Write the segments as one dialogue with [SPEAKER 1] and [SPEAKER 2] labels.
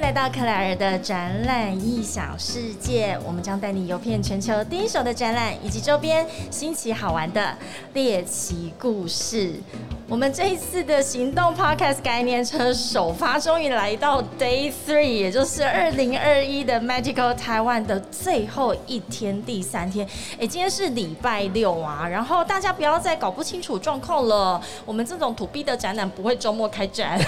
[SPEAKER 1] 来到克莱尔的展览异想世界，我们将带你游遍全球第一手的展览以及周边新奇好玩的猎奇故事。我们这一次的行动 Podcast 概念车首发，终于来到 Day Three，也就是二零二一的 Magical Taiwan 的最后一天，第三天。哎，今天是礼拜六啊，然后大家不要再搞不清楚状况了。我们这种土逼的展览不会周末开展。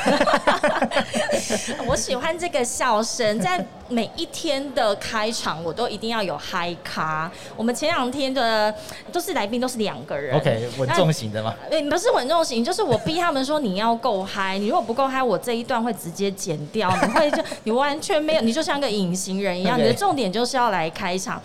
[SPEAKER 1] 我喜欢这个笑声，在每一天的开场，我都一定要有嗨咖。我们前两天的都是来宾，都是两个人。
[SPEAKER 2] OK，稳重型的嘛。
[SPEAKER 1] 哎、不是稳重型，就是我逼他们说你要够嗨，你如果不够嗨，我这一段会直接剪掉，你会就你完全没有，你就像个隐形人一样。
[SPEAKER 2] OK
[SPEAKER 1] 你的重点就是要来开场。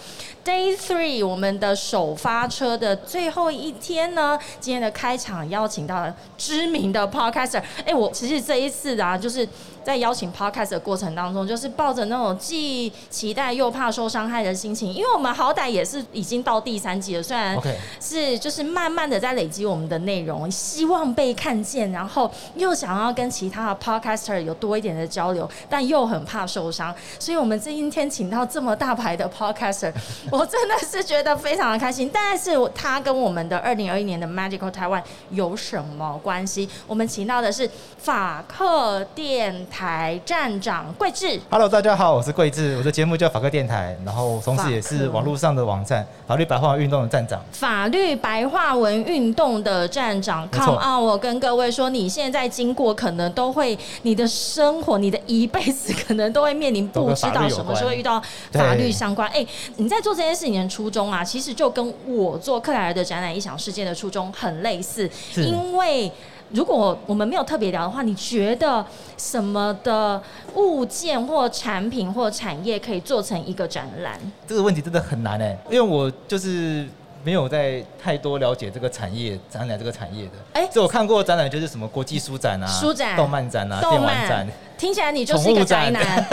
[SPEAKER 1] Day three，我们的首发车的最后一天呢，今天的开场邀请到了知名的 podcaster。哎、我其实这一次啊，就是在邀请 podcast 的过程当中，就是抱着那种既期待又怕受伤害的心情，因为我们好歹也是已经到第三季了，虽然
[SPEAKER 2] OK，
[SPEAKER 1] 是就是慢慢的在累积我们的内容，希望被看见，然后又想要跟其他的 podcaster 有多一点的交流，但又很怕受伤，所以我们今天请到这么大牌的 podcaster，我真的是觉得非常的开心。但是他跟我们的二零二一年的 Magical Taiwan 有什么关系？我们请到的是法克电台站长桂智。
[SPEAKER 2] Hello，大家好，我是桂智，我的节目叫法科电台，然后同时也
[SPEAKER 1] 法
[SPEAKER 2] 是
[SPEAKER 1] 克
[SPEAKER 2] 网络上的网站法律白话运动的站长。
[SPEAKER 1] 法律白话文运动的站长
[SPEAKER 2] 没错
[SPEAKER 1] ，Come on！我跟各位说，你现在经过可能都会，你的生活，你的一辈子可能都会面临
[SPEAKER 2] 都
[SPEAKER 1] 不
[SPEAKER 2] 跟
[SPEAKER 1] 知
[SPEAKER 2] 法律
[SPEAKER 1] 道
[SPEAKER 2] 有
[SPEAKER 1] 什么
[SPEAKER 2] 关
[SPEAKER 1] 时候会遇到
[SPEAKER 2] 对
[SPEAKER 1] 法律相关。哎、你在做这件事情的初衷啊，其实就跟我做克莱尔的展览异想世界的初衷很类似，
[SPEAKER 2] 是
[SPEAKER 1] 因为。如果我们没有特别聊的话，你觉得什么的物件或产品或产业可以做成一个展览？
[SPEAKER 2] 这个问题真的很难哎，因为我就是没有在太多了解这个产业展览这个产业的。
[SPEAKER 1] 哎
[SPEAKER 2] 所以我看过的展览就是什么国际书展啊、
[SPEAKER 1] 书展
[SPEAKER 2] 动漫展啊、
[SPEAKER 1] 动
[SPEAKER 2] 电玩
[SPEAKER 1] 漫
[SPEAKER 2] 展，
[SPEAKER 1] 听起来你就是一个
[SPEAKER 2] 宠物
[SPEAKER 1] 宅
[SPEAKER 2] 展
[SPEAKER 1] 男。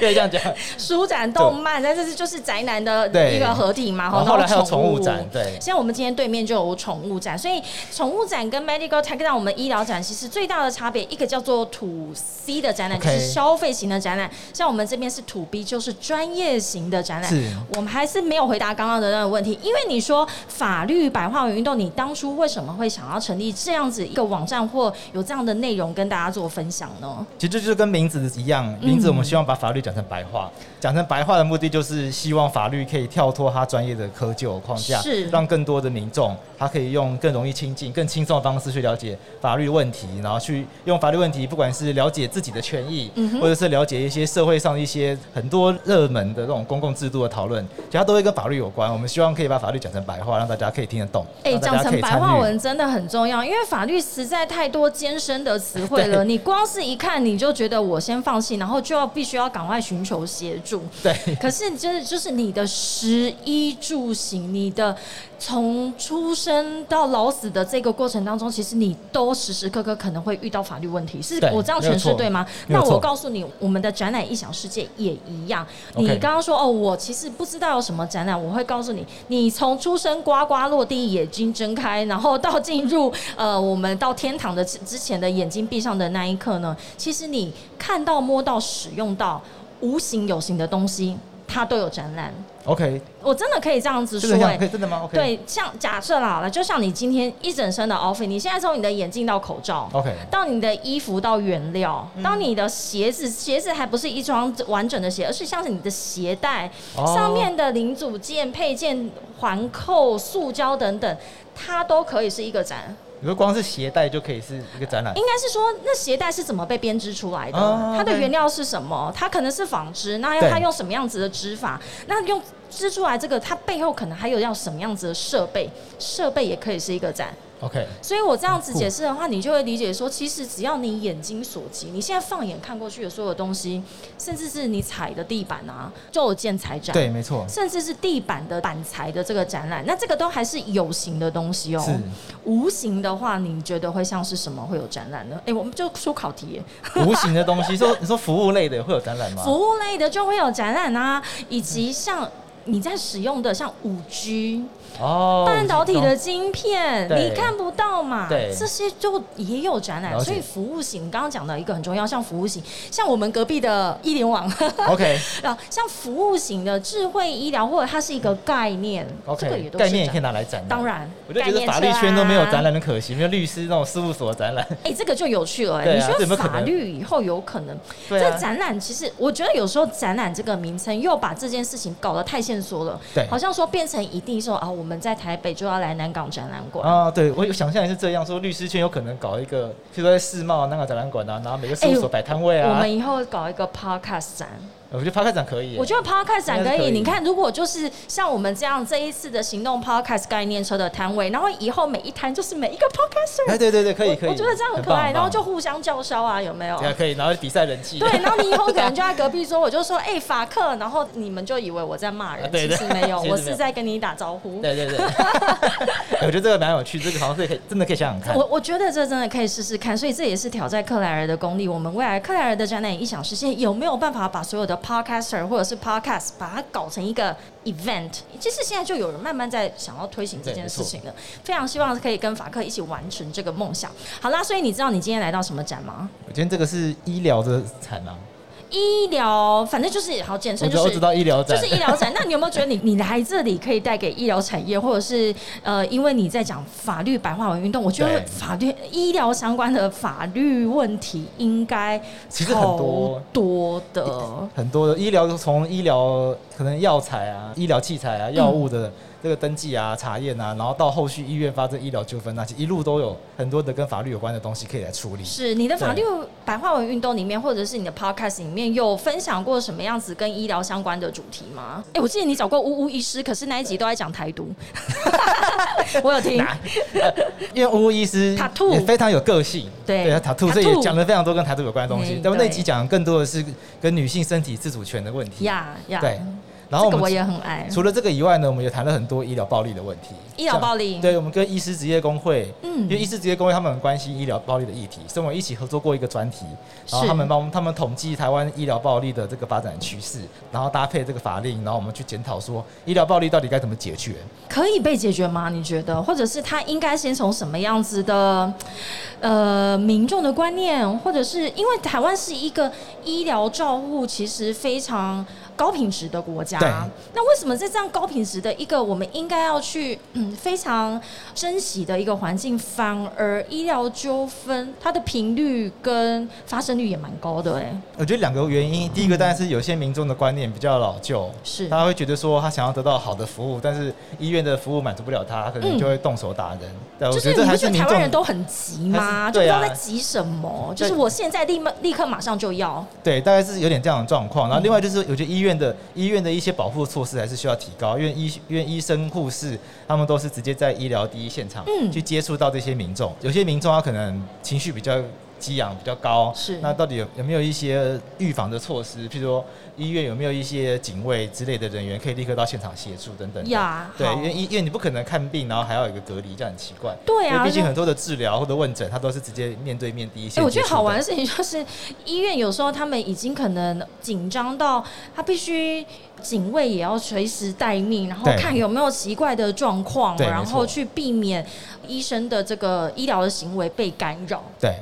[SPEAKER 2] 可以这样讲。
[SPEAKER 1] 舒展动漫，但是就是宅男的
[SPEAKER 2] 对
[SPEAKER 1] 一个合体嘛，
[SPEAKER 2] 然后
[SPEAKER 1] 然
[SPEAKER 2] 后来还有宠物展，。对，
[SPEAKER 1] 像我们今天对面就有宠物展，所以宠物展跟 medical tech 让我们医疗展其实最大的差别，一个叫做土 C 的展览
[SPEAKER 2] OK
[SPEAKER 1] 就是消费型的展览，像我们这边是土 B，就是专业型的展览。
[SPEAKER 2] 是
[SPEAKER 1] 我们还是没有回答刚刚的那个问题，因为你说法律白话文运动，你当初为什么会想要成立这样子一个网站或有这样的内容跟大家做分享呢？
[SPEAKER 2] 其实这就是跟名字一样，
[SPEAKER 1] 嗯
[SPEAKER 2] 名字我们希望把法律讲成白话，讲、成白话的目的就是希望法律可以跳脱它专业的窠臼框架，
[SPEAKER 1] 是
[SPEAKER 2] 让更多的民众他可以用更容易亲近、更轻松的方式去了解法律问题，然后去用法律问题，不管是了解自己的权益，
[SPEAKER 1] 嗯哼
[SPEAKER 2] 或者是了解一些社会上一些很多热门的这种公共制度的讨论，其实它都会跟法律有关。我们希望可以把法律讲成白话，让大家可以听得懂，
[SPEAKER 1] 哎、
[SPEAKER 2] 让大
[SPEAKER 1] 讲
[SPEAKER 2] 家可
[SPEAKER 1] 成
[SPEAKER 2] 以
[SPEAKER 1] 白
[SPEAKER 2] 参
[SPEAKER 1] 话
[SPEAKER 2] 与。
[SPEAKER 1] 文真的很重要，因为法律实在太多艰深的词汇了。
[SPEAKER 2] 对
[SPEAKER 1] 你光是一看你就觉得我先放弃，然后就要必须要赶快寻求协 助。
[SPEAKER 2] 对，
[SPEAKER 1] 可是就是就是你的食衣住行，你的从出生到老死的这个过程当中，其实你都时时刻刻可能会遇到法律问题。是
[SPEAKER 2] 对
[SPEAKER 1] 我这样
[SPEAKER 2] 没有
[SPEAKER 1] 诠释
[SPEAKER 2] 错
[SPEAKER 1] 对吗？那
[SPEAKER 2] 没有
[SPEAKER 1] 我
[SPEAKER 2] 错
[SPEAKER 1] 告诉你，我们的展览异想世界也一样。你
[SPEAKER 2] OK
[SPEAKER 1] 刚刚说哦，我其实不知道有什么展览，我会告诉你，你从出生呱呱落地，眼睛睁开，然后到进入 呃，我们到天堂的之之前的眼睛闭上的那一刻呢，其实你看到、摸到、使用到无形有形的东西，它都有展览。
[SPEAKER 2] OK，
[SPEAKER 1] 我真的可以这样子
[SPEAKER 2] 这
[SPEAKER 1] 说、
[SPEAKER 2] 个
[SPEAKER 1] 欸，
[SPEAKER 2] 样可以真的吗？OK，
[SPEAKER 1] 对，像假设啦好了，就像你今天一整身的 outfit，你现在从你的眼镜到口罩。
[SPEAKER 2] ，OK，
[SPEAKER 1] 到你的衣服到原料，
[SPEAKER 2] 嗯
[SPEAKER 1] 到你的鞋子，鞋子还不是一双完整的鞋，而是像是你的鞋带、
[SPEAKER 2] 哦
[SPEAKER 1] 上面的零组件、配件、环扣、塑胶等等，它都可以是一个展。
[SPEAKER 2] 你说光是携带就可以是一个展览
[SPEAKER 1] 应。该是说，那鞋带是怎么被编织出来的？
[SPEAKER 2] 哦
[SPEAKER 1] 它的
[SPEAKER 2] OK
[SPEAKER 1] 原料是什么？它可能是纺织，那
[SPEAKER 2] 对
[SPEAKER 1] 它用什么样子的织法？那用织出来这个，它背后可能还有要什么样子的设备？设备也可以是一个展。
[SPEAKER 2] OK，
[SPEAKER 1] 所以我这样子解释的话，你就会理解说，其实只要你眼睛所及，你现在放眼看过去的所有东西，甚至是你踩的地板啊，就有建材展，
[SPEAKER 2] 对，没错，
[SPEAKER 1] 甚至是地板的板材的这个展览，那这个都还是有形的东西哦、
[SPEAKER 2] 是。
[SPEAKER 1] 无形的话，你觉得会像是什么会有展览呢？哎、我们就出考题耶、
[SPEAKER 2] 无形的东西。说你说服务类的会有展览吗？
[SPEAKER 1] 服务类的就会有展览啊，以及像你在使用的像五 G、
[SPEAKER 2] 哦，
[SPEAKER 1] 半导体的晶片，
[SPEAKER 2] 对
[SPEAKER 1] 你看不到嘛？
[SPEAKER 2] 对
[SPEAKER 1] 这些就也有展览
[SPEAKER 2] 了，解
[SPEAKER 1] 所以服务型，刚刚讲到一个很重要，像服务型，像我们隔壁的医联网，
[SPEAKER 2] OK
[SPEAKER 1] 啊，像服务型的智慧医疗，或者它是一个概念这个
[SPEAKER 2] OK，
[SPEAKER 1] 也都是
[SPEAKER 2] 概念也可以
[SPEAKER 1] 展
[SPEAKER 2] 拿来展览。
[SPEAKER 1] 当，然，
[SPEAKER 2] 我就觉
[SPEAKER 1] 概
[SPEAKER 2] 得
[SPEAKER 1] 念
[SPEAKER 2] 法
[SPEAKER 1] 车
[SPEAKER 2] 律
[SPEAKER 1] 啊
[SPEAKER 2] 圈都没有展。览的可惜，没有律师那种事务所的展览。
[SPEAKER 1] 哎、这个就有趣了、哎
[SPEAKER 2] 对啊这
[SPEAKER 1] 你
[SPEAKER 2] 有
[SPEAKER 1] 说
[SPEAKER 2] 没有可
[SPEAKER 1] 法
[SPEAKER 2] 能
[SPEAKER 1] 律以后有可能，
[SPEAKER 2] 对
[SPEAKER 1] 这
[SPEAKER 2] 啊，
[SPEAKER 1] 展览其实我觉得有时候展览这个名称又把这件事情搞得太线索了，
[SPEAKER 2] 对
[SPEAKER 1] 好像说变成一定说啊，我们在台北就要来南港展览馆。
[SPEAKER 2] 啊，对我有想象也是这样，说律师圈有可能搞一个，譬如说在世贸那个展览馆啊，然后每个事务所摆摊位
[SPEAKER 1] 我
[SPEAKER 2] 啊。
[SPEAKER 1] 们以后搞一个 podcast 展，
[SPEAKER 2] 我觉得拍开展可以耶。
[SPEAKER 1] 我觉得 podcast 展
[SPEAKER 2] 应该
[SPEAKER 1] 可
[SPEAKER 2] 是
[SPEAKER 1] 以。
[SPEAKER 2] 可以
[SPEAKER 1] 你看，如果就是像我们这样这一次的行动 podcast 概念车的摊位，然后以后每一摊就是每一个 podcaster，
[SPEAKER 2] 哎，对对对，可以
[SPEAKER 1] 我
[SPEAKER 2] 可以。
[SPEAKER 1] 我觉得这样很可
[SPEAKER 2] 棒
[SPEAKER 1] 爱，然后就
[SPEAKER 2] 棒
[SPEAKER 1] 互相叫嚣啊，有没 有
[SPEAKER 2] 对？啊可以，然后比赛人气。
[SPEAKER 1] 对，然后你以后可能就在隔壁桌，我就说，哎、法克，然后你们就以为我在骂人，
[SPEAKER 2] 啊对对
[SPEAKER 1] 其实没有，
[SPEAKER 2] 其实没有
[SPEAKER 1] 我是在跟你打招呼。
[SPEAKER 2] 对对对， 哎我觉得这个蛮有趣，这个好像是可以真的可以想想看。
[SPEAKER 1] 我我觉得这真的可以试试看，所以这也是挑战克莱尔的功力。我们未来克莱尔的展览异想世界有没有办法把所有的 podcaster 或者是 podcast 把它搞成一个 event？其实现在就有人慢慢在想要推行这件事情了，非常希望可以跟法克一起完成这个梦想。好啦，所以你知道你今天来到什么展吗？
[SPEAKER 2] 我今天这个是医疗的展啊，
[SPEAKER 1] 医疗，反正就是好简
[SPEAKER 2] 我
[SPEAKER 1] 称
[SPEAKER 2] 知道
[SPEAKER 1] 就
[SPEAKER 2] 我
[SPEAKER 1] 是
[SPEAKER 2] 知。道医疗
[SPEAKER 1] 就
[SPEAKER 2] 展
[SPEAKER 1] 是，医疗 展，那你有没有觉得你你来这里可以带给医疗产业，或者是呃，因为你在讲法律白话文运动，我觉得
[SPEAKER 2] 对
[SPEAKER 1] 法律医疗相关的法律问题应该
[SPEAKER 2] 其实很
[SPEAKER 1] 超
[SPEAKER 2] 多
[SPEAKER 1] 多的。
[SPEAKER 2] 很多的医疗从医疗可能药材啊、医疗器材啊、药物的这个登记啊、查验啊，然后到后续医院发生医疗纠纷那些，一路都有很多的跟法律有关的东西可以来处理。
[SPEAKER 1] 是你的法律
[SPEAKER 2] 对
[SPEAKER 1] 白话文运动里面，或者是你的 podcast 里面有分享过什么样子跟医疗相关的主题吗？哎、我记得你找过呜呜医师，可是那一集都在讲台 独， 我有听。
[SPEAKER 2] 因为乌医师
[SPEAKER 1] 塔兔
[SPEAKER 2] 也非常有个性，
[SPEAKER 1] 对
[SPEAKER 2] 对，塔兔，
[SPEAKER 1] 塔兔
[SPEAKER 2] 所以也讲了非常多跟塔兔有关的东西
[SPEAKER 1] 嗯。
[SPEAKER 2] 但
[SPEAKER 1] 对
[SPEAKER 2] 那集讲更多的是跟女性身体自主权的问题。
[SPEAKER 1] 呀呀，
[SPEAKER 2] 对，然
[SPEAKER 1] 这
[SPEAKER 2] 后我
[SPEAKER 1] 个
[SPEAKER 2] 们
[SPEAKER 1] 我也很爱。
[SPEAKER 2] 除了这个以外呢，我们也谈了很多医疗暴力的问题。
[SPEAKER 1] 医疗暴力
[SPEAKER 2] 像对我们跟医师职业工会，
[SPEAKER 1] 嗯
[SPEAKER 2] 嗯，因为医师职业工会他们很关心医疗暴力的议题，所以我们一起合作过一个专题，然后
[SPEAKER 1] 是
[SPEAKER 2] 他们帮我们他们统计台湾医疗暴力的这个发展趋势，然后搭配这个法令，然后我们去检讨说医疗暴力到底该怎么解决。
[SPEAKER 1] 可以被解决吗？你觉得，或者是他应该先从什么样子的呃民众的观念，或者是因为台湾是一个医疗照护其实非常高品质的国家
[SPEAKER 2] 对，
[SPEAKER 1] 那为什么在这样高品质的一个我们应该要去嗯非常珍惜的一个环境，反而医疗纠纷它的频率跟发生率也蛮高的哎、
[SPEAKER 2] 我觉得两个原因，第一个当然是有些民众的观念比较老旧，
[SPEAKER 1] 是
[SPEAKER 2] 他会觉得说他想要得到好的服务，但是医院的服务满足不了他，他可能就会动手打人。对，哦我
[SPEAKER 1] 嗯就是
[SPEAKER 2] 觉得
[SPEAKER 1] 你
[SPEAKER 2] 这
[SPEAKER 1] 不
[SPEAKER 2] 还
[SPEAKER 1] 觉
[SPEAKER 2] 是
[SPEAKER 1] 得
[SPEAKER 2] 民
[SPEAKER 1] 台湾人
[SPEAKER 2] 众
[SPEAKER 1] 都很急吗？
[SPEAKER 2] 还
[SPEAKER 1] 就不
[SPEAKER 2] 是对
[SPEAKER 1] 知
[SPEAKER 2] 啊
[SPEAKER 1] 道在急什么，就是
[SPEAKER 2] 对
[SPEAKER 1] 我现在立马立刻马上就要。
[SPEAKER 2] 对，大概是有点这样的状况。然后
[SPEAKER 1] 嗯
[SPEAKER 2] 另外就是，我觉得医院的医院的一些保护措施还是需要提高，因为医因为医生护士他们都是直接在医疗第一现场、
[SPEAKER 1] 嗯
[SPEAKER 2] 去接触到这些民众，有些民众他可能情绪比较。激昂比较高，
[SPEAKER 1] 是
[SPEAKER 2] 那到底有有没有一些预防的措施？譬如说医院有没有一些警卫之类的人员可以立刻到现场协助等等的。
[SPEAKER 1] 呀
[SPEAKER 2] 对，
[SPEAKER 1] 好
[SPEAKER 2] 因为医因为你不可能看病，然后还要有一个隔离，这样很奇怪。
[SPEAKER 1] 对啊
[SPEAKER 2] 因为毕竟
[SPEAKER 1] 就
[SPEAKER 2] 很多的治疗或者问诊，他都是直接面对面第一
[SPEAKER 1] 哎、
[SPEAKER 2] 线。
[SPEAKER 1] 我觉得好玩的。事情就是，医院有时候他们已经可能紧张到他必须警卫也要随时待命，然后
[SPEAKER 2] 对
[SPEAKER 1] 看有没有奇怪的状况，
[SPEAKER 2] 对
[SPEAKER 1] 然
[SPEAKER 2] 没
[SPEAKER 1] 后
[SPEAKER 2] 错
[SPEAKER 1] 去避免医生的这个医疗的行为被干扰。
[SPEAKER 2] 对，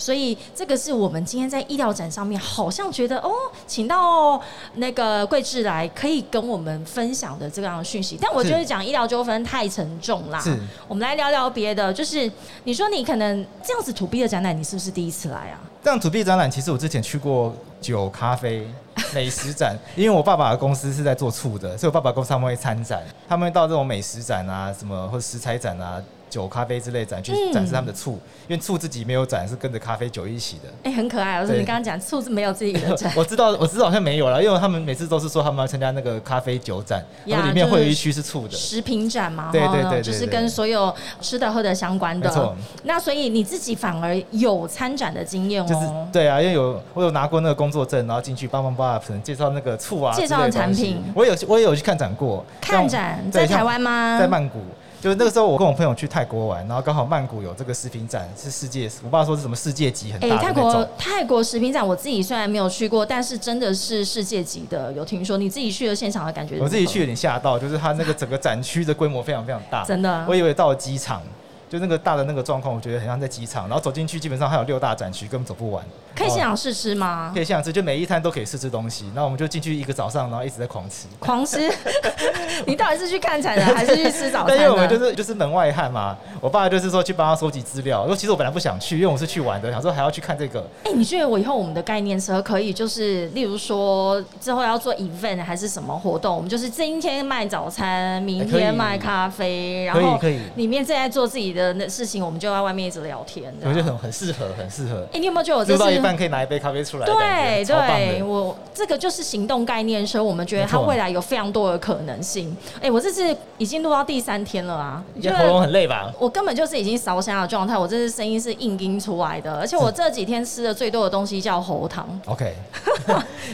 [SPEAKER 1] 所以这个是我们今天在医疗展上面，好像觉得哦，请到那个桂志来可以跟我们分享的这样的讯息。但我觉得
[SPEAKER 2] 是
[SPEAKER 1] 讲医疗纠纷太沉重啦
[SPEAKER 2] 是，
[SPEAKER 1] 我们来聊聊别的。就是你说你可能这样子土 B 的展览，你是不是第一次来啊？
[SPEAKER 2] 这样土地展览，其实我之前去过酒、咖啡、美食 展，因为我爸爸的公司是在做醋的，所以我爸爸公司他们会参展，他们会到这种美食展啊、什么或者食材展啊、酒、咖啡之类的展去
[SPEAKER 1] 嗯
[SPEAKER 2] 展示他们的醋，因为醋自己没有展，是跟着咖啡酒一起的。
[SPEAKER 1] 哎、很可爱啊。我说
[SPEAKER 2] 对，
[SPEAKER 1] 你刚刚讲醋是没有自己的展
[SPEAKER 2] 我知道，我知道好像没有了，因为他们每次都是说他们要参加那个咖啡酒展，然后
[SPEAKER 1] 呀
[SPEAKER 2] 里面会有
[SPEAKER 1] 就是
[SPEAKER 2] 一区是醋的。
[SPEAKER 1] 食品展嘛，
[SPEAKER 2] 对
[SPEAKER 1] 哈
[SPEAKER 2] 对对对
[SPEAKER 1] 就是
[SPEAKER 2] 对
[SPEAKER 1] 跟所有吃的喝的相关
[SPEAKER 2] 没错
[SPEAKER 1] 的。那所以你自己反而有参展的经验哦、
[SPEAKER 2] 就是对啊，因为有我有拿过那个工作证，然后进去帮帮爸爸可能介绍那个醋啊，
[SPEAKER 1] 介绍
[SPEAKER 2] 之类的东西
[SPEAKER 1] 产品
[SPEAKER 2] 我有我也有去看展过，
[SPEAKER 1] 看展
[SPEAKER 2] 像
[SPEAKER 1] 在
[SPEAKER 2] 对像
[SPEAKER 1] 台湾吗？
[SPEAKER 2] 在曼谷，就是那个时候，我跟我朋友去泰国玩，然后刚好曼谷有这个食品展，是世界，我爸说是什么世界级很
[SPEAKER 1] 哎、
[SPEAKER 2] 大的
[SPEAKER 1] 泰
[SPEAKER 2] 那种。
[SPEAKER 1] 国泰国食品展，我自己虽然没有去过，但是真的是世界级的，有听说。你自己去的现场的感觉如何？
[SPEAKER 2] 我自己去有点吓到，就是它那个整个展区的规模非常非常大，
[SPEAKER 1] 真的
[SPEAKER 2] 我以为到了机场，就那个大的那个状况，我觉得很像在机场。然后走进去，基本上还有六大展区，根本走不完。
[SPEAKER 1] 可以现
[SPEAKER 2] 哦
[SPEAKER 1] 场试吃吗？
[SPEAKER 2] 可以现场吃，就每一摊都可以试吃东西。那我们就进去一个早上，然后一直在狂吃。
[SPEAKER 1] 狂吃？ 你到底是去看展览还是去吃早餐啊
[SPEAKER 2] 但
[SPEAKER 1] 呢？
[SPEAKER 2] 因为我们就是就是门外汉嘛，我爸就是说去帮他收集资料。因为其实我本来不想去，因为我是去玩的，想说还要去看这个。
[SPEAKER 1] 哎、你觉得我以后我们的概念车可以就是，例如说之后要做 event 还是什么活动，我们就是今天卖早餐，明
[SPEAKER 2] 哎可以
[SPEAKER 1] 天卖咖啡，然
[SPEAKER 2] 可以
[SPEAKER 1] 后
[SPEAKER 2] 可以
[SPEAKER 1] 里面正在做自己的那事情，我们就在外面一直聊天。这
[SPEAKER 2] 我
[SPEAKER 1] 样
[SPEAKER 2] 觉得很很适合，很适合
[SPEAKER 1] 哎、。你有没有觉得我这
[SPEAKER 2] 录
[SPEAKER 1] 是
[SPEAKER 2] 到一半可以拿一杯咖啡出来的
[SPEAKER 1] 对
[SPEAKER 2] 感觉，超棒
[SPEAKER 1] 对，
[SPEAKER 2] 的。
[SPEAKER 1] 我这个就是行动概念车，我们觉得它
[SPEAKER 2] 没错
[SPEAKER 1] 未来有非常多的可能性。哎、我这次已经录到第三天了啊，
[SPEAKER 2] 你
[SPEAKER 1] 就
[SPEAKER 2] 觉得喉
[SPEAKER 1] 是
[SPEAKER 2] 咙很累吧？
[SPEAKER 1] 我根本就是已经烧香的状态，我这次声音是硬音出来的，而且我这几天吃的最多的东西叫喉糖。
[SPEAKER 2] OK，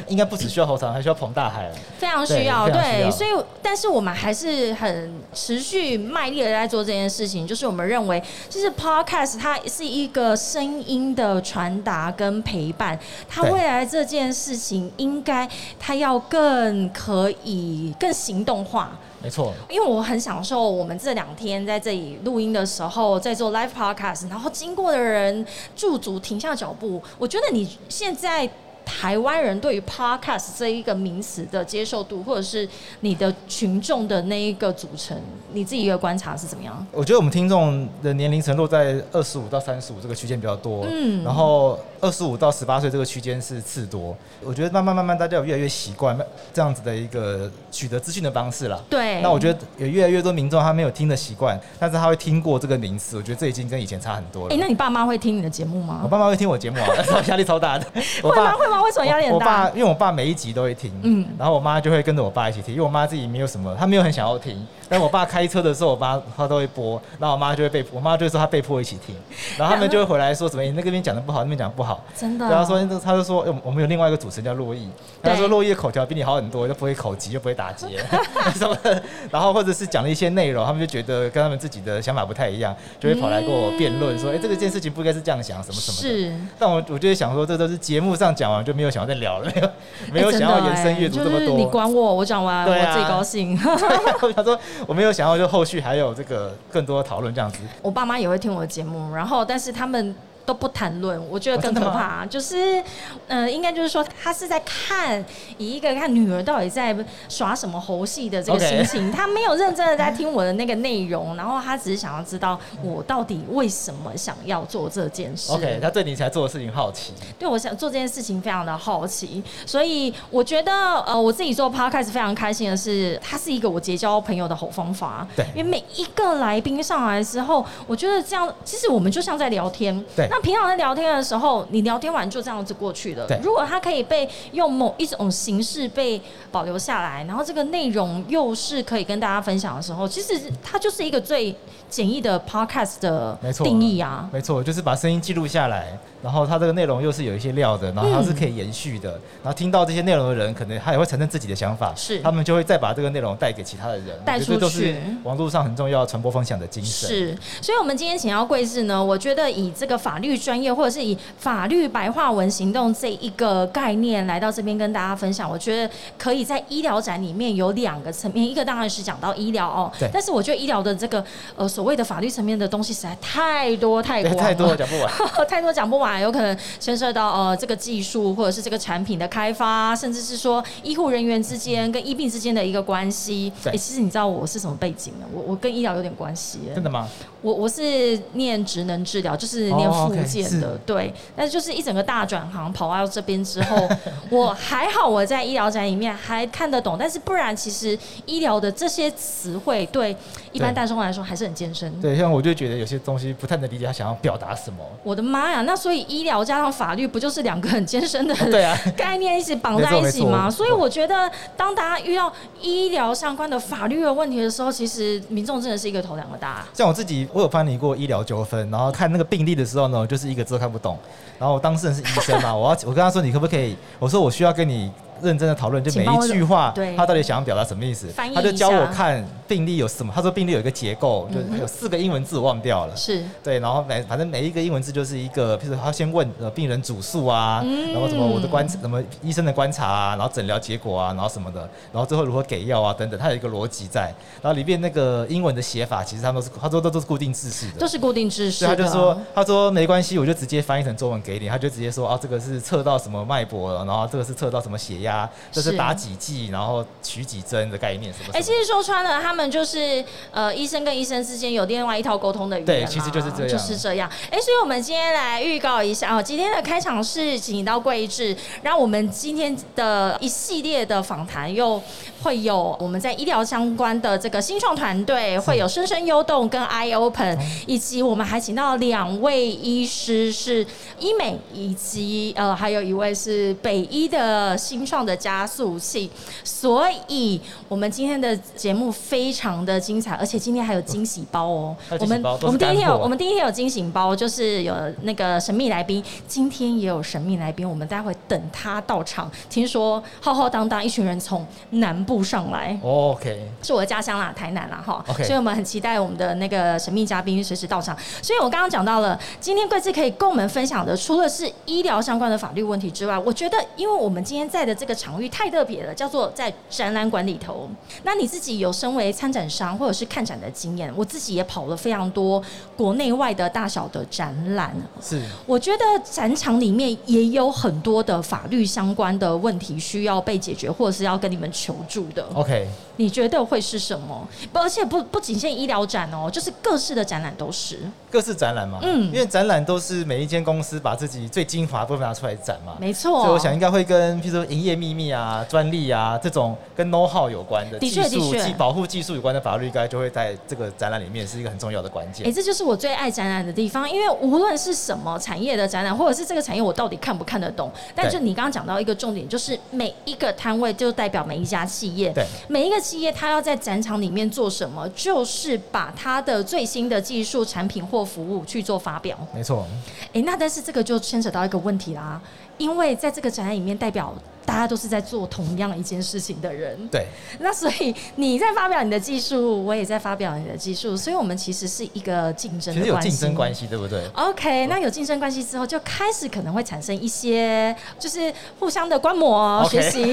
[SPEAKER 2] 应该不只需要喉糖，还需要彭大海了。
[SPEAKER 1] 非常需要，
[SPEAKER 2] 对非常需
[SPEAKER 1] 对，
[SPEAKER 2] 要
[SPEAKER 1] 所以但是我们还是很持续卖力的在做这件事情，就是我们认为，就是 podcast 它是一个声音的传达跟陪伴，它
[SPEAKER 2] 对
[SPEAKER 1] 未来这件事情应该它要更可以更行动化。
[SPEAKER 2] 没错，
[SPEAKER 1] 因为我很享受我们这两天在这里录音的时候，在做 live podcast，然后经过的人驻足停下脚步。我觉得你现在台湾人对于 podcast 这一个名词的接受度，或者是你的群众的那一个组成，你自己的观察是怎么样？
[SPEAKER 2] 我觉得我们听众的年龄层落在二十五到三十五这个区间比较多，
[SPEAKER 1] 嗯
[SPEAKER 2] 嗯，然后二十五到十八岁这个区间是次多。我觉得慢慢慢慢，大家有越来越习惯这样子的一个取得资讯的方式啦。
[SPEAKER 1] 对，
[SPEAKER 2] 那我觉得有越来越多民众他没有听的习惯，但是他会听过这个名词，我觉得这已经跟以前差很多了。
[SPEAKER 1] 哎、那你爸妈会听你的节目吗
[SPEAKER 2] 我？爸妈会听我节目啊， 但是他压力超大的。我
[SPEAKER 1] 会吗？
[SPEAKER 2] 爸
[SPEAKER 1] 会吗？为什么哦压力
[SPEAKER 2] 我
[SPEAKER 1] 很
[SPEAKER 2] 我爸
[SPEAKER 1] 大？
[SPEAKER 2] 因为我爸每一集都会听，
[SPEAKER 1] 嗯
[SPEAKER 2] 嗯，然后我妈就会跟着我爸一起听，因为我妈自己没有什么，她没有很想要听，但我爸开车的时候，我爸她都会播，然后我妈就会被，我妈就会说她被迫一起听，然后他们就会回来说什么，你、那个边讲的不好，那边讲得不好，
[SPEAKER 1] 真的，啊
[SPEAKER 2] 然后说，他就说，欸我们我们有另外一个主持人叫洛毅，
[SPEAKER 1] 嗯对
[SPEAKER 2] 他说洛毅的口条比你好很多，就不会口疾，又不会打结， 什么的，然后或者是讲了一些内容，他们就觉得跟他们自己的想法不太一样，就会跑来跟我辩论
[SPEAKER 1] 嗯
[SPEAKER 2] 说，哎、这个件事情不应该是这样想，什么什么的。
[SPEAKER 1] 是。
[SPEAKER 2] 但我我就会想说，这都是节目上讲完就没有想要再聊了，没有没
[SPEAKER 1] 哎
[SPEAKER 2] 有
[SPEAKER 1] 真
[SPEAKER 2] 想
[SPEAKER 1] 的
[SPEAKER 2] 要延伸阅读
[SPEAKER 1] 哎
[SPEAKER 2] 这么
[SPEAKER 1] 就是你
[SPEAKER 2] 多。
[SPEAKER 1] 管我，我讲完、
[SPEAKER 2] 对啊
[SPEAKER 1] 我自己高兴。
[SPEAKER 2] 我想说，我没有想要就后续还有这个更多的讨论这样子。
[SPEAKER 1] 我爸妈也会听我的节目，然后但是他们都不谈论，我觉得更
[SPEAKER 2] 哦真
[SPEAKER 1] 可
[SPEAKER 2] 的吗
[SPEAKER 1] 怕。就是，呃，应该就是说，他是在看以一个看女儿到底在耍什么猴戏的这个
[SPEAKER 2] OK
[SPEAKER 1] 心情他没有认真的在听我的那个内容，然后他只是想要知道我到底为什么想要做这件事。
[SPEAKER 2] OK，他对你才做的事情好奇，
[SPEAKER 1] 对我想做这件事情非常的好奇，所以我觉得呃，我自己做 podcast 非常开心的是，它是一个我结交朋友的好方法。
[SPEAKER 2] 对
[SPEAKER 1] 因为每一个来宾上来之后，我觉得这样，其实我们就像在聊天。
[SPEAKER 2] 对
[SPEAKER 1] 那平常在聊天的时候，你聊天完就这样子过去了。
[SPEAKER 2] 对
[SPEAKER 1] 如果它可以被用某一种形式被保留下来，然后这个内容又是可以跟大家分享的时候，其实它就是一个最简易的 podcast 的
[SPEAKER 2] 没错
[SPEAKER 1] 定义啊。
[SPEAKER 2] 没错，就是把声音记录下来，然后它这个内容又是有一些料的，然后它是可以延续的，然后听到这些内容的人，可能他也会产生自己的想法，
[SPEAKER 1] 是
[SPEAKER 2] 他们就会再把这个内容带给其他的人，
[SPEAKER 1] 带
[SPEAKER 2] 我觉得这
[SPEAKER 1] 出
[SPEAKER 2] 都
[SPEAKER 1] 去
[SPEAKER 2] 是网络上很重要传播分享的精神。
[SPEAKER 1] 是，所以，我们今天请到贵志呢，我觉得以这个法律专业，或者是以法律白话文行动这一个概念来到这边跟大家分享，我觉得可以在医疗展里面有两个层面，一个当然是讲到医疗哦
[SPEAKER 2] 对，
[SPEAKER 1] 但是我觉得医疗的这个呃所谓的法律层面的东西实在太多太
[SPEAKER 2] 对，
[SPEAKER 1] 广
[SPEAKER 2] 太多
[SPEAKER 1] 了
[SPEAKER 2] 了，讲不完。
[SPEAKER 1] 太多讲不完，有可能牵涉到呃这个技术或者是这个产品的开发，甚至是说医护人员之间跟医病之间的一个关系。
[SPEAKER 2] 对
[SPEAKER 1] 诶其实你知道我是什么背景吗？我我跟医疗有点关系耶。
[SPEAKER 2] 真的吗？
[SPEAKER 1] 我我是念职能治疗，就是念
[SPEAKER 2] 哦
[SPEAKER 1] 复
[SPEAKER 2] ，OK，
[SPEAKER 1] 健的，
[SPEAKER 2] 是
[SPEAKER 1] 对。但是就是一整个大转行跑到这边之后，我还好我在医疗展里面还看得懂，但是不然其实医疗的这些词汇对一般
[SPEAKER 2] 对
[SPEAKER 1] 大众来说还是很艰深。
[SPEAKER 2] 对，像我就觉得有些东西不太能理解他想要表达什么。
[SPEAKER 1] 我的妈呀！那所以医疗加上法律，不就是两个很艰深的
[SPEAKER 2] 对啊，
[SPEAKER 1] 概念一起绑在一起吗？
[SPEAKER 2] 没错没错
[SPEAKER 1] 所以我觉得，当大家遇到医疗相关的法律的问题的时候，其实民众真的是一个头两个大。
[SPEAKER 2] 像我自己，我有办理过医疗纠纷，然后看那个病历的时候呢，我就是一个字都看不懂。然后我当事人是医生嘛，我要我跟他说，你可不可以？我说我需要跟你认真的讨论，就
[SPEAKER 1] 请
[SPEAKER 2] 每
[SPEAKER 1] 帮我
[SPEAKER 2] 一句话
[SPEAKER 1] 对，
[SPEAKER 2] 他到底想要表达什么意思
[SPEAKER 1] 翻译，
[SPEAKER 2] 他就教
[SPEAKER 1] 一下嗯
[SPEAKER 2] 我看病例有什么。他说病例有一个结构，就是有四个英文字，我忘掉了。
[SPEAKER 1] 是
[SPEAKER 2] 对，然后每反正每一个英文字就是一个，譬如他先问呃病人主诉啊，
[SPEAKER 1] 嗯
[SPEAKER 2] 然后什么我的观什么医生的观察啊，然后诊疗结果啊，然后什么的，然后最后如何给药啊等等，它有一个逻辑在。然后里面那个英文的写法，其实他们都是他说都都是固定制式的
[SPEAKER 1] 都。是固定制式
[SPEAKER 2] 所
[SPEAKER 1] 的。
[SPEAKER 2] 以他就说，他说没关系，我就直接翻译成中文给你。他就直接说，啊，这个是测到什么脉搏了，然后这个是测到什么血压，这是
[SPEAKER 1] 是
[SPEAKER 2] 打几剂，然后取几针的概念什么什么。
[SPEAKER 1] 哎、其实说穿了，他们就是呃，医生跟医生之间有另外一套沟通的语言
[SPEAKER 2] 对
[SPEAKER 1] 啦
[SPEAKER 2] 其实就是这样
[SPEAKER 1] 就是这样。哎、所以我们今天来预告一下哦，今天的开场是请到桂智，然后我们今天的一系列的访谈又会有我们在医疗相关的这个新创团队，会有深深优动跟 Eye
[SPEAKER 2] 哦
[SPEAKER 1] Open，以及我们还请到两位医师是医美，以及呃还有一位是北医的新创的加速器。所以我们今天的节目非常的精彩，而且今天还有惊喜包哦
[SPEAKER 2] 还。有
[SPEAKER 1] 我
[SPEAKER 2] 惊喜
[SPEAKER 1] 们
[SPEAKER 2] 包
[SPEAKER 1] 我
[SPEAKER 2] 都是
[SPEAKER 1] 们第一天
[SPEAKER 2] 干
[SPEAKER 1] 有
[SPEAKER 2] 货
[SPEAKER 1] 我们第一天有惊喜包，就是有那个神秘来宾，今天也有神秘来宾，我们待会等他到场。听说浩浩荡荡一群人从南部上来。
[SPEAKER 2] 哦 OK，
[SPEAKER 1] 是我的家乡啦，台南啦，哈
[SPEAKER 2] OK
[SPEAKER 1] 所以我们很期待我们的那个神秘嘉宾随时到场。所以我刚刚讲到了，今天贵志可以跟我们分享的，除了是医疗相关的法律问题之外，我觉得因为我们今天在的这个场域太特别了，叫做在展览馆里头。那你自己有身为参展商或者是看展的经验，我自己也跑了非常多国内外的大小的展览，
[SPEAKER 2] 是
[SPEAKER 1] 我觉得展场里面也有很多的法律相关的问题需要被解决，或者是要跟你们求助的。
[SPEAKER 2] OK。
[SPEAKER 1] 你觉得会是什么？不，而且不不仅限医疗展哦，就是各式的展览都是。
[SPEAKER 2] 各式展览嘛，
[SPEAKER 1] 嗯
[SPEAKER 2] 因为展览都是每一间公司把自己最精华的部分拿出来展嘛，
[SPEAKER 1] 没错，
[SPEAKER 2] 所以我想应该会跟，譬如说营业秘密啊、专利啊这种跟 know how 有关
[SPEAKER 1] 的
[SPEAKER 2] 的技
[SPEAKER 1] 确
[SPEAKER 2] 术、
[SPEAKER 1] 的确
[SPEAKER 2] 技保护技术有关的法律，应该就会在这个展览里面是一个很重要的关
[SPEAKER 1] 哎、
[SPEAKER 2] 键。
[SPEAKER 1] 这就是我最爱展览的地方，因为无论是什么产业的展览，或者是这个产业我到底看不看得懂，但
[SPEAKER 2] 对
[SPEAKER 1] 就你刚刚讲到一个重点，就是每一个摊位就代表每一家企业，
[SPEAKER 2] 对
[SPEAKER 1] 每一个企业它要在展场里面做什么，就是把它的最新的技术、产品或服务去做发表。
[SPEAKER 2] 没错，
[SPEAKER 1] 哎、那但是这个就牵扯到一个问题啦，因为在这个展览里面，代表大家都是在做同样一件事情的人，
[SPEAKER 2] 对，
[SPEAKER 1] 那所以你在发表你的技术，我也在发表你的技术，所以我们其实是一个竞争
[SPEAKER 2] 其
[SPEAKER 1] 的
[SPEAKER 2] 实有
[SPEAKER 1] 关系。
[SPEAKER 2] 竞争关系，对不对？
[SPEAKER 1] OK，那有竞争关系之后，就开始可能会产生一些就是互相的观摩、
[SPEAKER 2] OK
[SPEAKER 1] 学习、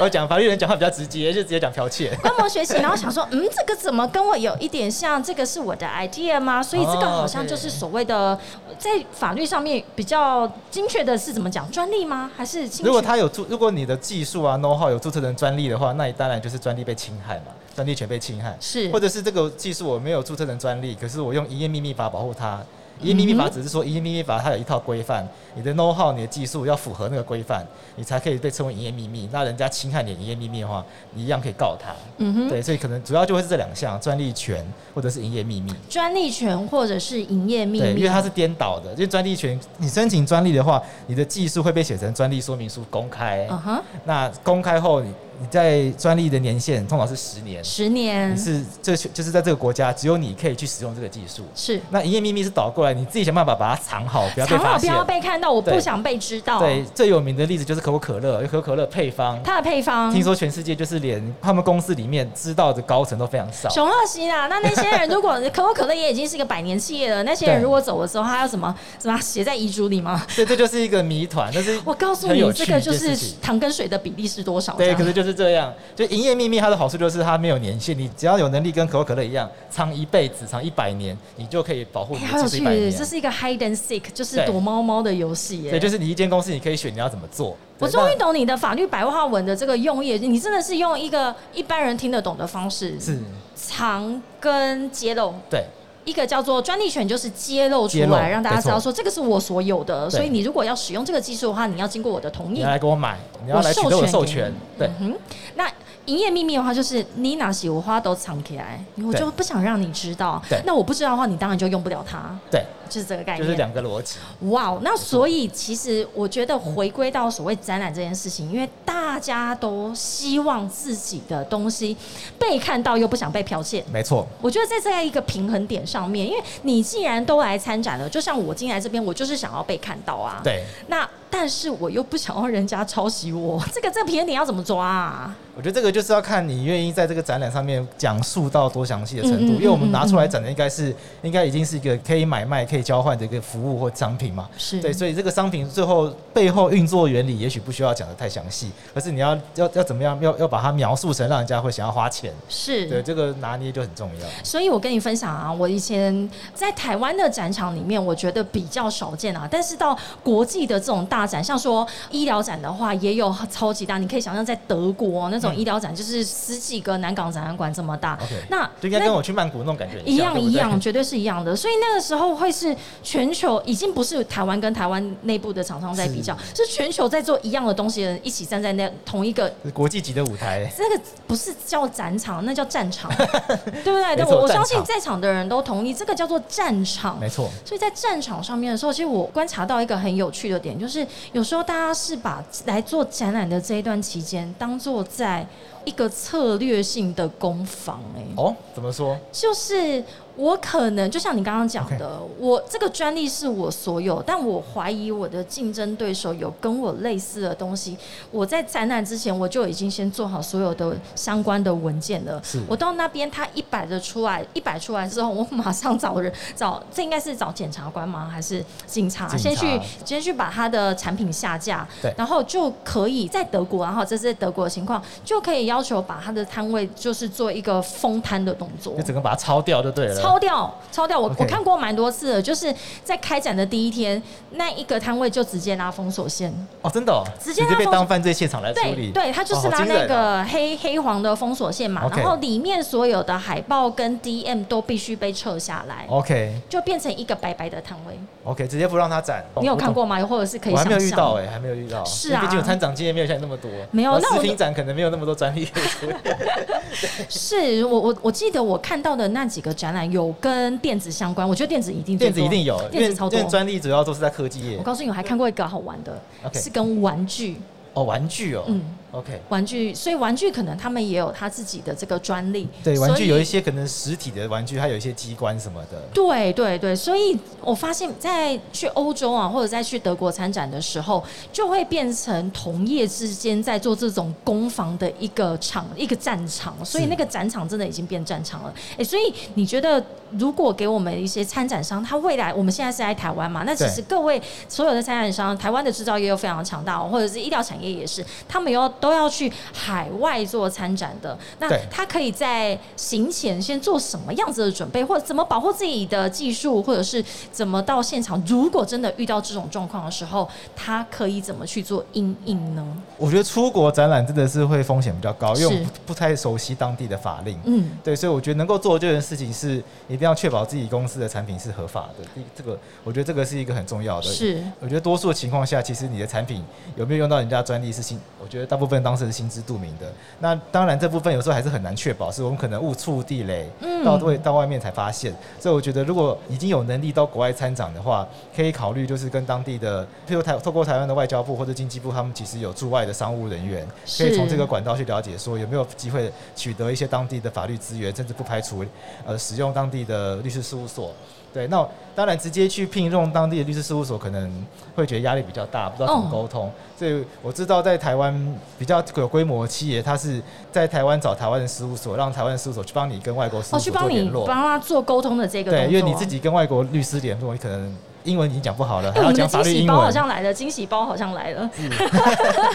[SPEAKER 2] 我讲法律人讲话比较直接，就直接讲 剽窃。
[SPEAKER 1] 观摩学习，然后想说，嗯，这个怎么跟我有一点像？这个是我的 idea 吗？所以这个
[SPEAKER 2] 哦
[SPEAKER 1] 好像
[SPEAKER 2] 对
[SPEAKER 1] 就是所谓
[SPEAKER 2] 哦
[SPEAKER 1] 的在法律上面比较精确的是怎么讲？专利吗？还是侵
[SPEAKER 2] 如果
[SPEAKER 1] 权
[SPEAKER 2] 他有注，如果你的技术啊 know how 有注册成专利的话，那你当然就是专利被侵害嘛，专利权被侵害。
[SPEAKER 1] 是
[SPEAKER 2] 或者是这个技术我没有注册成专利，可是我用营业秘密法保护它。营业秘密法只是说，营业秘密法它有一套规范，你的 know how、你的技术要符合那个规范，你才可以被称为营业秘密。那人家侵害你的营业秘密的话，你一样可以告他。
[SPEAKER 1] 嗯哼。
[SPEAKER 2] 对，所以可能主要就会是这两项：专利权或者是营业秘密。
[SPEAKER 1] 专利权或者是营业秘
[SPEAKER 2] 对，因
[SPEAKER 1] 密
[SPEAKER 2] 为，它是颠倒的，因为专利权，你申请专利的话，你的技术会被写成专利说明书公开。
[SPEAKER 1] 嗯哼，
[SPEAKER 2] 那公开后，你你在专利的年限通常是十年，
[SPEAKER 1] 十年
[SPEAKER 2] 你是这就是在这个国家只有你可以去使用这个技术。
[SPEAKER 1] 是
[SPEAKER 2] 那营业秘密是倒过来，你自己想办法把它藏好，不要被
[SPEAKER 1] 藏好
[SPEAKER 2] 发
[SPEAKER 1] 不
[SPEAKER 2] 现。
[SPEAKER 1] 要被看到，我不
[SPEAKER 2] 对
[SPEAKER 1] 想被知道。
[SPEAKER 2] 对，最有名的例子就是可口可乐，因为可口可乐配方，
[SPEAKER 1] 它的配方，
[SPEAKER 2] 听说全世界就是连他们公司里面知道的高层都非常少。
[SPEAKER 1] 熊二西啦，那那些人如果可口可乐也已经是个百年企业了，那些人
[SPEAKER 2] 对
[SPEAKER 1] 如果走的时候，他要什么什么写在遗嘱里吗？
[SPEAKER 2] 所以这就是一个谜团，但是
[SPEAKER 1] 我告诉
[SPEAKER 2] 很
[SPEAKER 1] 你
[SPEAKER 2] 有，
[SPEAKER 1] 这
[SPEAKER 2] 趣
[SPEAKER 1] 个
[SPEAKER 2] 的
[SPEAKER 1] 就
[SPEAKER 2] 事
[SPEAKER 1] 是
[SPEAKER 2] 情
[SPEAKER 1] 糖跟水的比例是多少？这
[SPEAKER 2] 对，
[SPEAKER 1] 样
[SPEAKER 2] 可是就是这样。就营业秘密它的好处就是它没有年限，你只要有能力跟可口可乐一样藏一辈子、藏一百年，你就可以保护
[SPEAKER 1] 哎
[SPEAKER 2] 你
[SPEAKER 1] 好
[SPEAKER 2] 的
[SPEAKER 1] 有
[SPEAKER 2] 技术
[SPEAKER 1] 趣
[SPEAKER 2] 一百年。，
[SPEAKER 1] 这是一个 hide and seek，就是
[SPEAKER 2] 对
[SPEAKER 1] 躲猫猫的游戏耶
[SPEAKER 2] 对，。就是你一间公司，你可以选你要怎么做。
[SPEAKER 1] 我
[SPEAKER 2] 对
[SPEAKER 1] 终于
[SPEAKER 2] 那
[SPEAKER 1] 懂你的法律白话文的这个用意，你真的是用一个一般人听得懂的方式，
[SPEAKER 2] 是
[SPEAKER 1] 藏跟揭露。
[SPEAKER 2] 对
[SPEAKER 1] 一个叫做专利权，就是揭露出
[SPEAKER 2] 揭露
[SPEAKER 1] 来，让大家知道
[SPEAKER 2] 没错
[SPEAKER 1] 说这个是我所有的，
[SPEAKER 2] 对
[SPEAKER 1] 所以你如果要使用这个技术的话，你要经过我的同
[SPEAKER 2] 你
[SPEAKER 1] 意
[SPEAKER 2] 要。来跟我买，你要来取得我的授权
[SPEAKER 1] 我授权。嗯
[SPEAKER 2] 对，
[SPEAKER 1] 那营业秘密的话，就是你哪些我花都藏起来，我就不想让你知道
[SPEAKER 2] 对。
[SPEAKER 1] 那我不知道的话，你当然就用不了它。
[SPEAKER 2] 对，
[SPEAKER 1] 就是这个概念。
[SPEAKER 2] 就是两个逻辑。
[SPEAKER 1] 哇哦，那所以其实我觉得回归到所谓展览这件事情，因为大家都希望自己的东西被看到，又不想被剽窃。
[SPEAKER 2] 没错，
[SPEAKER 1] 我觉得在这样一个平衡点上面，因为你既然都来参展了，就像我进来这边，我就是想要被看到啊。。
[SPEAKER 2] 对，
[SPEAKER 1] 那但是我又不想要人家抄袭我，这个这个平衡点要怎么抓啊？
[SPEAKER 2] 我觉得这个就是要看你愿意在这个展览上面讲述到多详细的程度，
[SPEAKER 1] 嗯嗯嗯
[SPEAKER 2] 因为我们拿出来展的应该是应该已经是一个可以买卖、可以交换的一个服务或商品嘛。
[SPEAKER 1] 是
[SPEAKER 2] 对，所以这个商品最后背后运作原理也许不需要讲的太详细，可是你要要要怎么样，要要把它描述成让人家会想要花钱，
[SPEAKER 1] 是
[SPEAKER 2] 对，这个拿捏就很重要。
[SPEAKER 1] 所以我跟你分享啊，我以前在台湾的展场里面，我觉得比较少见啊。但是到国际的这种大展，像说医疗展的话，也有超级大。你可以想象，在德国那种医疗展，就是十几个南港展览馆这么大。
[SPEAKER 2] OK，
[SPEAKER 1] 那
[SPEAKER 2] 就应该跟
[SPEAKER 1] 那
[SPEAKER 2] 我去曼谷那种感觉很
[SPEAKER 1] 一
[SPEAKER 2] 像
[SPEAKER 1] 样
[SPEAKER 2] 对不
[SPEAKER 1] 一
[SPEAKER 2] 哦对
[SPEAKER 1] 样，绝对是一样的。所以那个时候会是全球，已经不是台湾跟台湾内部的厂商在比较，是全球在做一样的东西的人一起站在那同一个
[SPEAKER 2] 是 国际级的舞台。
[SPEAKER 1] 这个不是叫展场，那叫战 场，对不对？对
[SPEAKER 2] 没错
[SPEAKER 1] 我我
[SPEAKER 2] 战
[SPEAKER 1] 相
[SPEAKER 2] 场
[SPEAKER 1] 信在场的人都同意，这个叫做战场。
[SPEAKER 2] 没错，
[SPEAKER 1] 所以在战场上面的时候，其实我观察到一个很有趣的点，就是有时候大家是把来做展览的这一段期间，当做在一个策略性的攻防、哎，
[SPEAKER 2] 哦，怎么说？
[SPEAKER 1] 就是我可能就像你刚刚讲的我这个专利是我所有，但我怀疑我的竞争对手有跟我类似的东西。我在展览之前，我就已经先做好所有的相关的文件了
[SPEAKER 2] 是。
[SPEAKER 1] 我到那边，他一摆的出来，一摆出来之后，我马上找人找，这应该是找检察官吗？还是警察？
[SPEAKER 2] 警察
[SPEAKER 1] 先去先去把他的产品下架
[SPEAKER 2] 对，
[SPEAKER 1] 然后就可以在德国，然后这是德国的情况，就可以要求把他的摊位就是做一个封摊的动作
[SPEAKER 2] 就。整个把它抄掉就对了。
[SPEAKER 1] 抄掉，抄掉！我
[SPEAKER 2] OK
[SPEAKER 1] 我看过蛮多次的，就是在开展的第一天，那一个摊位就直接拉封锁线，
[SPEAKER 2] 哦，真的、哦，
[SPEAKER 1] 直接
[SPEAKER 2] 被
[SPEAKER 1] 让他
[SPEAKER 2] 当犯罪现场来处
[SPEAKER 1] 对
[SPEAKER 2] 理。
[SPEAKER 1] 对，他就是
[SPEAKER 2] 哦好
[SPEAKER 1] 拉
[SPEAKER 2] 惊
[SPEAKER 1] 那
[SPEAKER 2] 人哦
[SPEAKER 1] 个黑、黑黄的封锁线嘛，
[SPEAKER 2] OK
[SPEAKER 1] 然后里面所有的海报跟 DM 都必须被撤下来，
[SPEAKER 2] OK
[SPEAKER 1] 就变成一个白白的摊位。
[SPEAKER 2] OK，直接不让他展。
[SPEAKER 1] 你有
[SPEAKER 2] 哦
[SPEAKER 1] 看？过吗？或者是可
[SPEAKER 2] 我懂
[SPEAKER 1] 以想
[SPEAKER 2] 我还没有遇到
[SPEAKER 1] 象？
[SPEAKER 2] 哎、还没有遇到。
[SPEAKER 1] 是
[SPEAKER 2] 因为
[SPEAKER 1] 啊
[SPEAKER 2] 毕竟我参展经验没有像你那么多。
[SPEAKER 1] 没有
[SPEAKER 2] 然后
[SPEAKER 1] 那我
[SPEAKER 2] 视听展可能没有那么多专利可以处理。
[SPEAKER 1] 是我我我记得我看到的那几个展览有跟电子相关，我觉得电子一定最
[SPEAKER 2] 电子一
[SPEAKER 1] 多
[SPEAKER 2] 定有，因
[SPEAKER 1] 电
[SPEAKER 2] 为
[SPEAKER 1] 子超
[SPEAKER 2] 因
[SPEAKER 1] 多嗯
[SPEAKER 2] 为。专利主要都是在科技
[SPEAKER 1] 我
[SPEAKER 2] 业。
[SPEAKER 1] 告诉你，我还看过一个好玩的
[SPEAKER 2] OK
[SPEAKER 1] 是跟玩具，
[SPEAKER 2] 哦，玩具哦。
[SPEAKER 1] 嗯。
[SPEAKER 2] OK，
[SPEAKER 1] 玩具，所以玩具可能他们也有他自己的这个专利。
[SPEAKER 2] 对，玩具
[SPEAKER 1] 所以
[SPEAKER 2] 有一些可能实体的玩具，它有一些机关什么的。
[SPEAKER 1] 对对对，所以我发现，在去欧洲啊，或者在去德国参展的时候，就会变成同业之间在做这种攻防的一个场、一个战场，所以
[SPEAKER 2] 是
[SPEAKER 1] 那个展场真的已经变战场了。哎、所以你觉得，如果给我们一些参展商，他未来我们现在是在台湾嘛？那其
[SPEAKER 2] 对
[SPEAKER 1] 实各位所有的参展商，台湾的制造业又非常强大、哦，或者是医疗产业也是，他们要都要去海外做参展的。那
[SPEAKER 2] 对
[SPEAKER 1] 他可以在行前先做什么样子的准备，或者怎么保护自己的技术，或者是怎么到现场，如果真的遇到这种状况的时候，他可以怎么去做应应呢？
[SPEAKER 2] 我觉得出国展览真的是会风险比较高，因为我们
[SPEAKER 1] 是
[SPEAKER 2] 不不太熟悉当地的法令。
[SPEAKER 1] 嗯，
[SPEAKER 2] 对，所以我觉得能够做这件事情是一定要确保自己公司的产品是合法的。第这个，我觉得这个是一个很重要的。，
[SPEAKER 1] 是
[SPEAKER 2] 我觉得多数的情况下，其实你的产品有没有用到人家的专利是心，我觉得大部分当事人心知肚明的。那当然，这部分有时候还是很难确保，是我们可能误触地雷，
[SPEAKER 1] 嗯
[SPEAKER 2] 到外到外面才发现。所以我觉得，如果已经有能力到国外参展的话，可以考虑就是跟当地的，譬如台透过台湾的外交部或者经济部，他们其实有驻外的商务人员，可以
[SPEAKER 1] 是
[SPEAKER 2] 从这个管道去了解说有没有机会取得一些当地的法律资源，甚至不排除呃使用当地的律师事务所。对，那当然直接去聘用当地的律师事务所，可能会觉得压力比较大，不知
[SPEAKER 1] 哦
[SPEAKER 2] 道怎么沟通。所以我知道在台湾比较有规模的企业，它是在台湾找台湾的事务所，让台湾的事务所去帮你跟外国事
[SPEAKER 1] 哦，
[SPEAKER 2] 务
[SPEAKER 1] 去
[SPEAKER 2] 所做
[SPEAKER 1] 帮
[SPEAKER 2] 联
[SPEAKER 1] 你
[SPEAKER 2] 络。
[SPEAKER 1] 帮他做沟通的这个动
[SPEAKER 2] 对，
[SPEAKER 1] 作，啊
[SPEAKER 2] 因为你自。己跟外国律师联络，你可能英文已经讲不好了，
[SPEAKER 1] 哎、
[SPEAKER 2] 还
[SPEAKER 1] 我
[SPEAKER 2] 要
[SPEAKER 1] 们的
[SPEAKER 2] 讲法
[SPEAKER 1] 惊
[SPEAKER 2] 律
[SPEAKER 1] 喜
[SPEAKER 2] 英
[SPEAKER 1] 包好
[SPEAKER 2] 文。嗯
[SPEAKER 1] 像来了，惊喜包好像来了。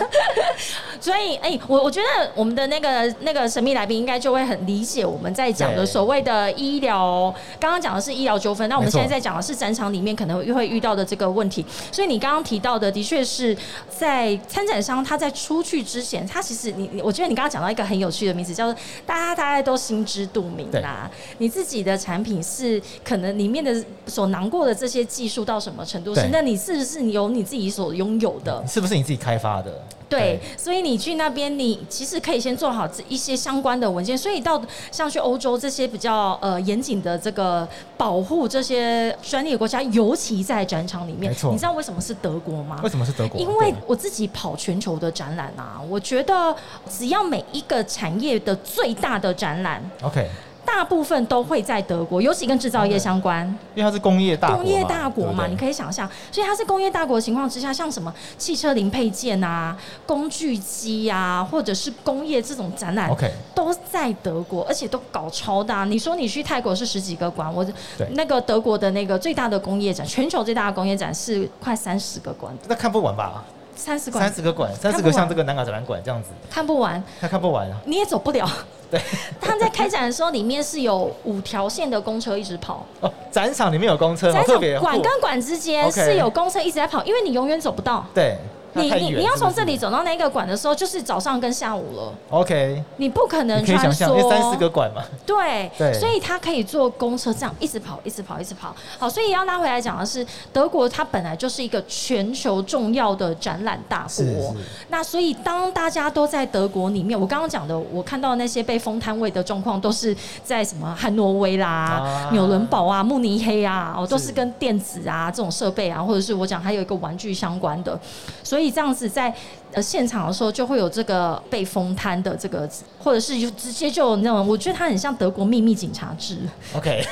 [SPEAKER 1] 所以，哎、我我觉得我们的那个那个神秘来宾应该就会很理解我们在讲的
[SPEAKER 2] 对
[SPEAKER 1] 所谓的医疗，刚刚讲的是医疗纠纷，那我们
[SPEAKER 2] 没错
[SPEAKER 1] 现在在讲的是展场里面可能会遇到的这个问题。所以你刚刚提到的，的确是在参展商他在出去之前，他其实你，你我觉得你刚刚讲到一个很有趣的名词，叫做大家大家都心知肚明啦。你自己的产品是可能里面的所囊括的这些技术触到什么程度
[SPEAKER 2] 对嗯
[SPEAKER 1] 是那你是不是有你自己所拥有的？
[SPEAKER 2] 是不是你自己开发的？
[SPEAKER 1] 对，所以你去那边，你其实可以先做好这一些相关的文件。所以到像去欧洲这些比较呃严谨的这个保护这些专利的国家，尤其在展场里面
[SPEAKER 2] 没，错
[SPEAKER 1] 你知道为什么是德国吗
[SPEAKER 2] 为？什么是德国？
[SPEAKER 1] 因为我自己跑全球的展览啊，我觉得只要每一个产业的最大的展览，
[SPEAKER 2] 对 OK，
[SPEAKER 1] 大部分都会在德国，尤其跟制造业相关。
[SPEAKER 2] 因为它是工业大国嘛，
[SPEAKER 1] 工业大国嘛，
[SPEAKER 2] 对
[SPEAKER 1] 你
[SPEAKER 2] 不对
[SPEAKER 1] 可以想象，所以它是工业大国的情况之下，像什么汽车零配件啊、工具机啊，或者是工业这种展览。
[SPEAKER 2] OK，
[SPEAKER 1] 都在德国，而且都搞超大。你说你去泰国是十几个馆，我
[SPEAKER 2] 对
[SPEAKER 1] 那个德国的那个最大的工业展，全球最大的工业展是快三十个馆，
[SPEAKER 2] 那看不完吧？
[SPEAKER 1] 三十馆
[SPEAKER 2] 三十个馆，三
[SPEAKER 1] 看
[SPEAKER 2] 十
[SPEAKER 1] 不
[SPEAKER 2] 个
[SPEAKER 1] 完
[SPEAKER 2] 像这个南港展览馆这样子，
[SPEAKER 1] 看不完，
[SPEAKER 2] 他看不完啊。
[SPEAKER 1] 你也走不了。
[SPEAKER 2] 对，
[SPEAKER 1] 他在开展的时候，里面是有五条线的公车一直跑，
[SPEAKER 2] 哦，展场里面有公车，哦好
[SPEAKER 1] 在
[SPEAKER 2] 特别酷。
[SPEAKER 1] 馆跟馆之间
[SPEAKER 2] OK
[SPEAKER 1] 是有公车一直在跑，因为你永远走不到。
[SPEAKER 2] 对，它
[SPEAKER 1] 你
[SPEAKER 2] 太
[SPEAKER 1] 你
[SPEAKER 2] 远
[SPEAKER 1] 你要
[SPEAKER 2] 是不
[SPEAKER 1] 从
[SPEAKER 2] 是
[SPEAKER 1] 这里走到那个馆的时候，就是早上跟下午了，
[SPEAKER 2] OK，
[SPEAKER 1] 你不可能
[SPEAKER 2] 你可以
[SPEAKER 1] 穿
[SPEAKER 2] 想象，因为三十
[SPEAKER 1] 梭。
[SPEAKER 2] 个馆嘛，
[SPEAKER 1] 对，
[SPEAKER 2] 对
[SPEAKER 1] 所以他可以坐公车这样一直跑，一直跑，一直跑。好，所以要拉回来讲的是，德国它本来就是一个全球重要的展览大
[SPEAKER 2] 是
[SPEAKER 1] 国。
[SPEAKER 2] 是，
[SPEAKER 1] 那所以当大家都在德国里面，我刚刚讲的，我看到那些被封摊位的状况，都是在什么汉诺威啦
[SPEAKER 2] 啊、
[SPEAKER 1] 纽伦堡啊、慕尼黑啊，哦，都是
[SPEAKER 2] 是
[SPEAKER 1] 跟电子啊这种设备啊，或者是我讲还有一个玩具相关的，所以这样子在。呃，现场的时候就会有这个被封摊的这个，或者是就直接就有那种，我觉得它很像德国秘密警察制。
[SPEAKER 2] OK，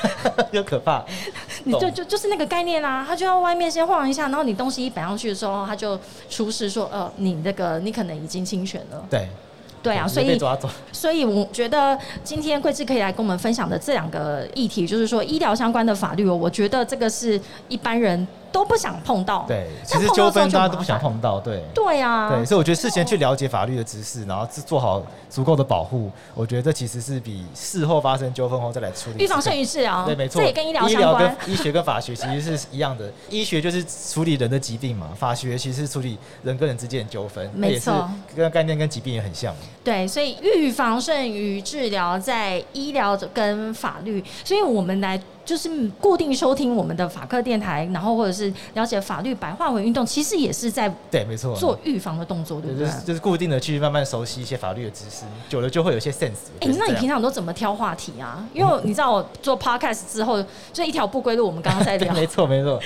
[SPEAKER 2] 又 可怕。
[SPEAKER 1] 你就
[SPEAKER 2] 懂
[SPEAKER 1] 就就是那个概念啊啦、他就要外面先晃一下，然后你东西一摆上去的时候，他就出示说，呃，你那个你可能已经侵权了。
[SPEAKER 2] 对
[SPEAKER 1] 对啊，
[SPEAKER 2] 你
[SPEAKER 1] 所
[SPEAKER 2] 被
[SPEAKER 1] 以
[SPEAKER 2] 抓走，
[SPEAKER 1] 所以我觉得今天贵志可以来跟我们分享的这两个议题，就是说医疗相关的法律哦，我觉得这个是一般人都不想碰到。
[SPEAKER 2] 对，其
[SPEAKER 1] 但
[SPEAKER 2] 实
[SPEAKER 1] 碰到
[SPEAKER 2] 纠
[SPEAKER 1] 之后
[SPEAKER 2] 纷
[SPEAKER 1] 就
[SPEAKER 2] 大家
[SPEAKER 1] 麻
[SPEAKER 2] 都不想
[SPEAKER 1] 烦
[SPEAKER 2] 碰到，对。
[SPEAKER 1] 对啊，
[SPEAKER 2] 对，所以我觉得事先去了解法律的知识，然后自做好足够的保护，我觉得这其实是比事后发生纠纷后再来处理
[SPEAKER 1] 预防胜于治疗，
[SPEAKER 2] 对，没
[SPEAKER 1] 哦
[SPEAKER 2] 错，
[SPEAKER 1] 这也跟医疗
[SPEAKER 2] 医
[SPEAKER 1] 相
[SPEAKER 2] 疗
[SPEAKER 1] 关
[SPEAKER 2] 跟。医学跟法学其实是一样的，医学就是处理人的疾病嘛，法学其实是处理人跟人之间的纠纷，
[SPEAKER 1] 没错
[SPEAKER 2] 那也是跟概念跟疾病也很像。
[SPEAKER 1] 对，所以预防胜于治疗，在医疗跟法律，所以我们来就是固定收听我们的法科电台，然后或者是了解法律白话文运动，其实也是在
[SPEAKER 2] 对，没错，
[SPEAKER 1] 做预防的动作，对
[SPEAKER 2] 对
[SPEAKER 1] 不
[SPEAKER 2] 就
[SPEAKER 1] 对？
[SPEAKER 2] 是就是固定的去慢慢熟悉一些法律的知识，久了就会有一些 sense 我
[SPEAKER 1] 哎、
[SPEAKER 2] 觉得是这样。
[SPEAKER 1] 那你平常都怎么挑话题啊？因为你知道我做 podcast 之后，就一条不归路。我们刚刚在
[SPEAKER 2] 对
[SPEAKER 1] 聊，
[SPEAKER 2] 没错没错，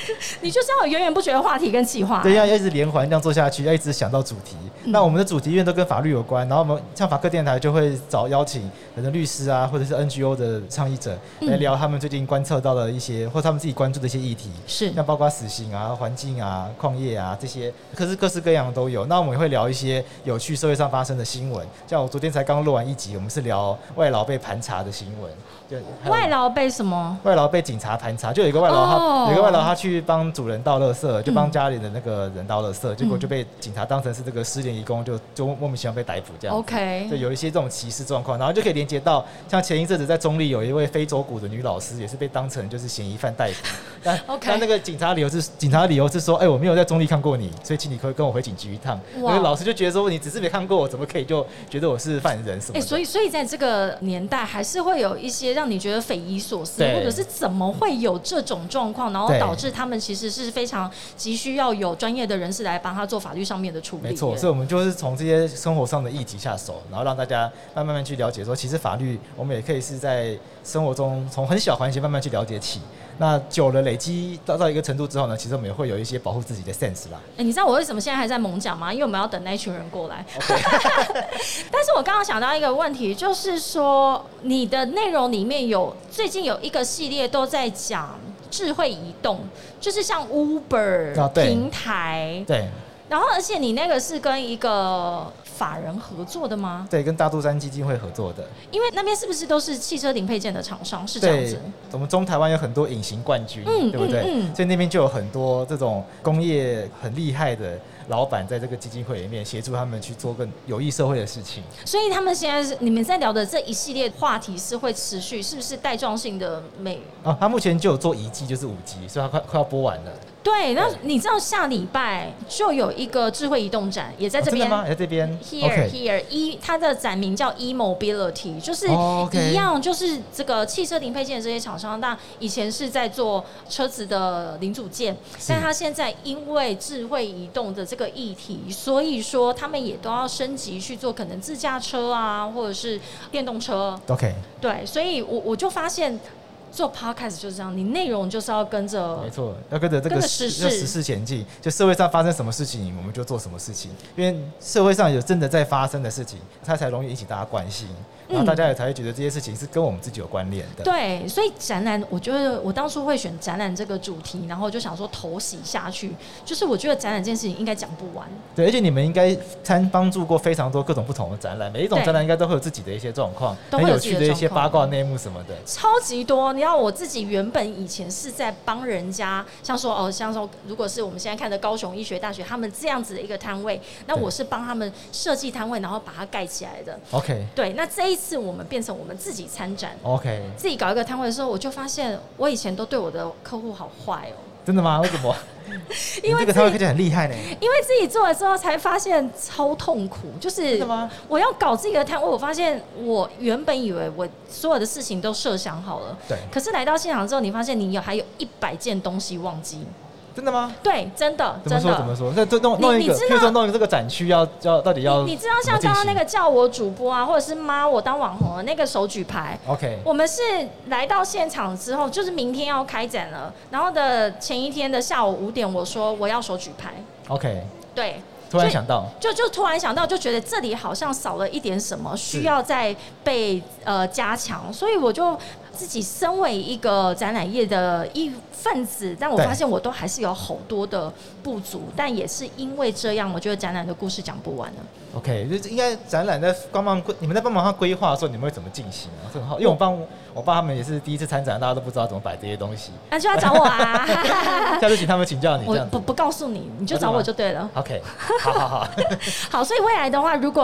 [SPEAKER 1] 你就是要有源源不绝的话题跟企划、
[SPEAKER 2] 对，要一直连环这样做下去，要一直想到主题。
[SPEAKER 1] 嗯
[SPEAKER 2] 那我们的主题因为都跟法律有关，然后我们像法科电台就会找邀请可能律师啊，或者是 NGO 的倡议者
[SPEAKER 1] 嗯
[SPEAKER 2] 来聊他们最近观测到的一些，或他们自己关注的一些议题。
[SPEAKER 1] 是
[SPEAKER 2] 像包括死刑啊、环境啊、矿业啊这些，可是各式各样的都有。那我们也会聊一些有趣社会上发生的新闻，像我昨天才刚录完一集，我们是聊外劳被盘查的新闻，就还有
[SPEAKER 1] 外劳被什么？
[SPEAKER 2] 外劳被警察盘查，就有一个外劳他、
[SPEAKER 1] 哦嗯
[SPEAKER 2] 有一个外劳他去帮主人倒垃圾，就帮家里的那个人倒垃圾，结果就被警察当成是这个失联义工，就就莫名其妙被逮捕这样子。
[SPEAKER 1] OK
[SPEAKER 2] 对，有一些这种歧视状况，然后就可以连接到像前一阵子在中立有一位非洲鼓的女老师，也是被当成就是嫌疑犯逮 捕。但
[SPEAKER 1] OK
[SPEAKER 2] 但那个警察理由是警察理由是说，哎、我没有在中立看过你，所以请你可以跟我回警局一趟。
[SPEAKER 1] 哇
[SPEAKER 2] 那个老师就觉得说，你只是没看过我，怎么可以就觉得我是犯人什么
[SPEAKER 1] 哎、
[SPEAKER 2] 的？
[SPEAKER 1] 所以所以在这个年代，还是会有一些让你觉得匪夷所思，
[SPEAKER 2] 对
[SPEAKER 1] 或者是怎么会有这种状况，然后
[SPEAKER 2] 对
[SPEAKER 1] 导致他们其实是非常急需要有专业的人士来帮他做法律上面的处理耶。
[SPEAKER 2] 没错，所以我们就是从这些生活上的议题下手，然后让大家慢慢慢慢去了解说其实法律我们也可以是在生活中从很小环节慢慢去了解起。那久了累积到到一个程度之后呢，其实我们也会有一些保护自己的 sense 啦。
[SPEAKER 1] 哎、你知道我为什么现在还在猛讲吗？因为我们要等那一群人过来。 但是我刚刚想到一个问题，就是说你的内容里面有最近有一个系列都在讲智慧移动，就是像 Uber、
[SPEAKER 2] 啊对
[SPEAKER 1] 平台，
[SPEAKER 2] 对
[SPEAKER 1] 然后而且你那个是跟一个法人合作的吗？
[SPEAKER 2] 对，跟大肚山基金会合作的，
[SPEAKER 1] 因为那边是不是都是汽车零配件的厂商？是这样
[SPEAKER 2] 对
[SPEAKER 1] 子。，
[SPEAKER 2] 我们中台湾有很多隐形冠军，
[SPEAKER 1] 嗯
[SPEAKER 2] 对不对？
[SPEAKER 1] 嗯嗯
[SPEAKER 2] 所以那边就有很多这种工业很厉害的老板在这个基金会里面协助他们去做更有益社会的事情。
[SPEAKER 1] 所以他们现在是你们在聊的这一系列话题是会持续，是不是带状性的美
[SPEAKER 2] 啊，他目前就有做一季，就是五集，所以他快快要播完了。
[SPEAKER 1] 对，那
[SPEAKER 2] 对
[SPEAKER 1] 你知道下礼拜就有一个智慧移动展，也在
[SPEAKER 2] 哦
[SPEAKER 1] 这
[SPEAKER 2] 真的
[SPEAKER 1] 边。
[SPEAKER 2] 吗？也在这边。
[SPEAKER 1] Here
[SPEAKER 2] OK
[SPEAKER 1] Here 一、它的展名叫 E Mobility，就是
[SPEAKER 2] 哦，OK
[SPEAKER 1] 一样，就是这个汽车零配件的这些厂商，那以前是在做车子的零组件，但它现在因为智慧移动的这个议题，所以说他们也都要升级去做可能自驾车啊，或者是电动车，
[SPEAKER 2] OK，
[SPEAKER 1] 对，所以我我就发现做 podcast 就是这样，你内容就是要跟着
[SPEAKER 2] 没错，要跟着这
[SPEAKER 1] 跟
[SPEAKER 2] 个
[SPEAKER 1] 着时事
[SPEAKER 2] 要时事前进，就社会上发生什么事情，我们就做什么事情，因为社会上有真的在发生的事情，它才容易引起大家关心，然后大家也才会觉得这些事情是跟我们自己有关联的。
[SPEAKER 1] 对，所以展览，我觉得我当初会选展览这个主题，然后就想说投洗下去，就是我觉得展览这件事情应该讲不完。
[SPEAKER 2] 对，而且你们应该参帮助过非常多各种不同的展览，每一种
[SPEAKER 1] 对
[SPEAKER 2] 展览应该都会有自己的一些状况，
[SPEAKER 1] 都会
[SPEAKER 2] 很
[SPEAKER 1] 有
[SPEAKER 2] 有
[SPEAKER 1] 自己
[SPEAKER 2] 趣
[SPEAKER 1] 的
[SPEAKER 2] 的一些
[SPEAKER 1] 状况嗯
[SPEAKER 2] 八卦内幕什么的。
[SPEAKER 1] 超级多，你知道我自己原本以前是在帮人家，像说哦，像说如果是我们现在看的高雄医学大学，他们这样子的一个摊位，那
[SPEAKER 2] 对
[SPEAKER 1] 我是帮他们设计摊位，然后把它盖起来的。
[SPEAKER 2] OK
[SPEAKER 1] 对，那这一次我们变成我们自己参展，
[SPEAKER 2] OK，
[SPEAKER 1] 自己搞一个摊位的时候，我就发现我以前都对我的客户好坏哦，
[SPEAKER 2] 真的吗？为 什么？
[SPEAKER 1] 因
[SPEAKER 2] 你
[SPEAKER 1] 为
[SPEAKER 2] 这个
[SPEAKER 1] 自
[SPEAKER 2] 他会看
[SPEAKER 1] 己
[SPEAKER 2] 起来很厉害呢。
[SPEAKER 1] 因为自己做了之后才发现超痛苦，就是
[SPEAKER 2] 真的吗？
[SPEAKER 1] 我要搞自己的摊位，我发现我原本以为我所有的事情都设想好了，
[SPEAKER 2] 对，
[SPEAKER 1] 可是来到现场之后，你发现你有还有一百件东西忘记，
[SPEAKER 2] 真的吗？
[SPEAKER 1] 对，真的，
[SPEAKER 2] 怎么
[SPEAKER 1] 真
[SPEAKER 2] 说怎
[SPEAKER 1] 的
[SPEAKER 2] 么。说？那就弄
[SPEAKER 1] 你
[SPEAKER 2] 弄一个，
[SPEAKER 1] 你知道
[SPEAKER 2] 譬如说弄一个这个展区要要到底要
[SPEAKER 1] 你你知道像
[SPEAKER 2] 怎
[SPEAKER 1] 刚
[SPEAKER 2] 么
[SPEAKER 1] 刚
[SPEAKER 2] 进
[SPEAKER 1] 那
[SPEAKER 2] 行
[SPEAKER 1] 个叫我主播啊，或者是妈我当网红的那个手举牌，
[SPEAKER 2] OK
[SPEAKER 1] 我们是来到现场之后，就是明天要开展了，然后的前一天的下午五点，我说我要手举牌，
[SPEAKER 2] OK，
[SPEAKER 1] 对，
[SPEAKER 2] 突然想到，
[SPEAKER 1] 就就突然想到，就觉得这里好像少了一点什么，需要再被呃加强，所以我就自己身为一个展览业的一份子，但我
[SPEAKER 2] 对
[SPEAKER 1] 发现我都还是有好多的不足，但也是因为这样，我觉得展览的故事讲不完了。
[SPEAKER 2] OK，就是应该展览在帮忙规，你们在帮忙他规划的时候，你们会怎么进行啊？这很好，因为我帮我爸他们也是第一次参展，大家都不知道怎么摆这些东 西，
[SPEAKER 1] 那就要找我啊！
[SPEAKER 2] 下次请他们请教你这
[SPEAKER 1] 我
[SPEAKER 2] 样
[SPEAKER 1] 不
[SPEAKER 2] 子。
[SPEAKER 1] 不告诉你，你就找我就对了。
[SPEAKER 2] OK，好好好，
[SPEAKER 1] 好，所以未来的话，如果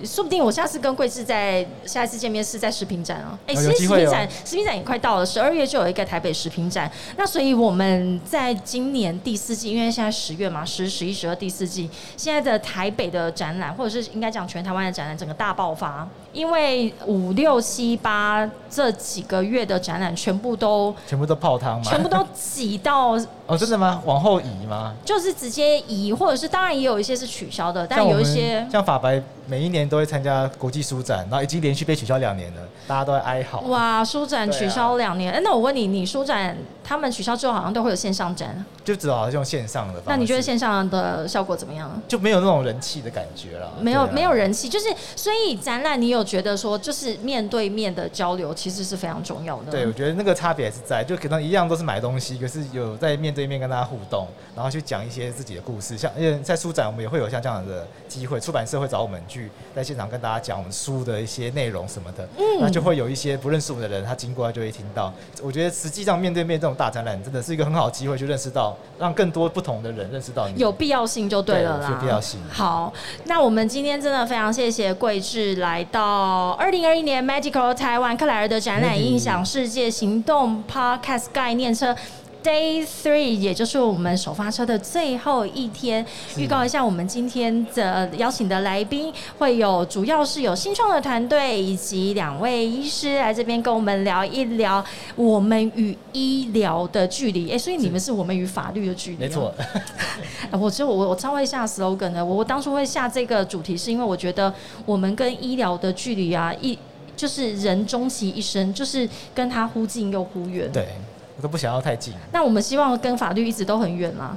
[SPEAKER 1] 呃说不定我下次跟桂志在下一次见面是在食品展哦。哎、
[SPEAKER 2] 哦
[SPEAKER 1] 其
[SPEAKER 2] 有
[SPEAKER 1] 实
[SPEAKER 2] 机
[SPEAKER 1] 食
[SPEAKER 2] 会
[SPEAKER 1] 品
[SPEAKER 2] 哦
[SPEAKER 1] 展，食品展也快到了，十二月就有一个台北食品展。那所以我们在今年第四季，因为现在十月嘛，十、十一、十二第四季，现在的台北的展览，或者是应该讲全台湾的展览，整个大爆发。因为五六七八这几个月的展览，全部 都
[SPEAKER 2] 全部都泡汤吗？
[SPEAKER 1] 全部都挤到，
[SPEAKER 2] 哦，真的吗？往后移吗？
[SPEAKER 1] 就是直接移，或者是当然也有一些是取消的，但
[SPEAKER 2] 像我
[SPEAKER 1] 有一
[SPEAKER 2] 们
[SPEAKER 1] 些
[SPEAKER 2] 像法白每一年都会参加国际书展，然后已经连续被取消两年了，大家都在哀嚎。
[SPEAKER 1] 哇，书展
[SPEAKER 2] 对啊
[SPEAKER 1] 取消两年、哎那我问你，你书展他们取消之后，好像都会有线上展，
[SPEAKER 2] 就只好用线上的方式。
[SPEAKER 1] 那你觉得线上的效果怎么样？
[SPEAKER 2] 就没有那种人气的感觉了？
[SPEAKER 1] 没有、
[SPEAKER 2] 啊对啊
[SPEAKER 1] 没有人气，就是所以展览，你有觉得说，就是面对面的交流其实是非常重要的。
[SPEAKER 2] 对，我觉得那个差别还是在，就可能一样都是买东西，可是有在面对面跟大家互动，然后去讲一些自己的故事。像因为在书展，我们也会有像这样的机会，出版社会找我们去在现场跟大家讲我们书的一些内容什么的，
[SPEAKER 1] 嗯
[SPEAKER 2] 那就会有一些不认识我们的人，他经过他就会听到。我觉得实际上面对面这种大展览，真的是一个很好的机会，去认识到让更多不同的人认识到你。
[SPEAKER 1] 有必要性就对了啦。
[SPEAKER 2] 对有必要性
[SPEAKER 1] 好，那我们今天真的非常谢谢桂智来到二零二一年 Magical 台湾克莱尔的展览《
[SPEAKER 2] 嗯
[SPEAKER 1] 印象世界行动 Podcast 概念车》。Day Three，也就是我们首发车的最后一天，
[SPEAKER 2] 是
[SPEAKER 1] 预告一下我们今天的邀请的来宾会有，主要是有新创的团队以及两位医师来这边跟我们聊一聊我们与医疗的距离。哎、所以你们是我们与法律的距离、哦
[SPEAKER 2] 没错。，
[SPEAKER 1] 哎我觉得我我超会下 slogan 的。我我当初会下这个主题，是因为我觉得我们跟医疗的距离啊，一就是人终其一生，就是跟他忽近又忽远。
[SPEAKER 2] 对我都不想要太近。
[SPEAKER 1] 那我们希望跟法律一直都很远啦。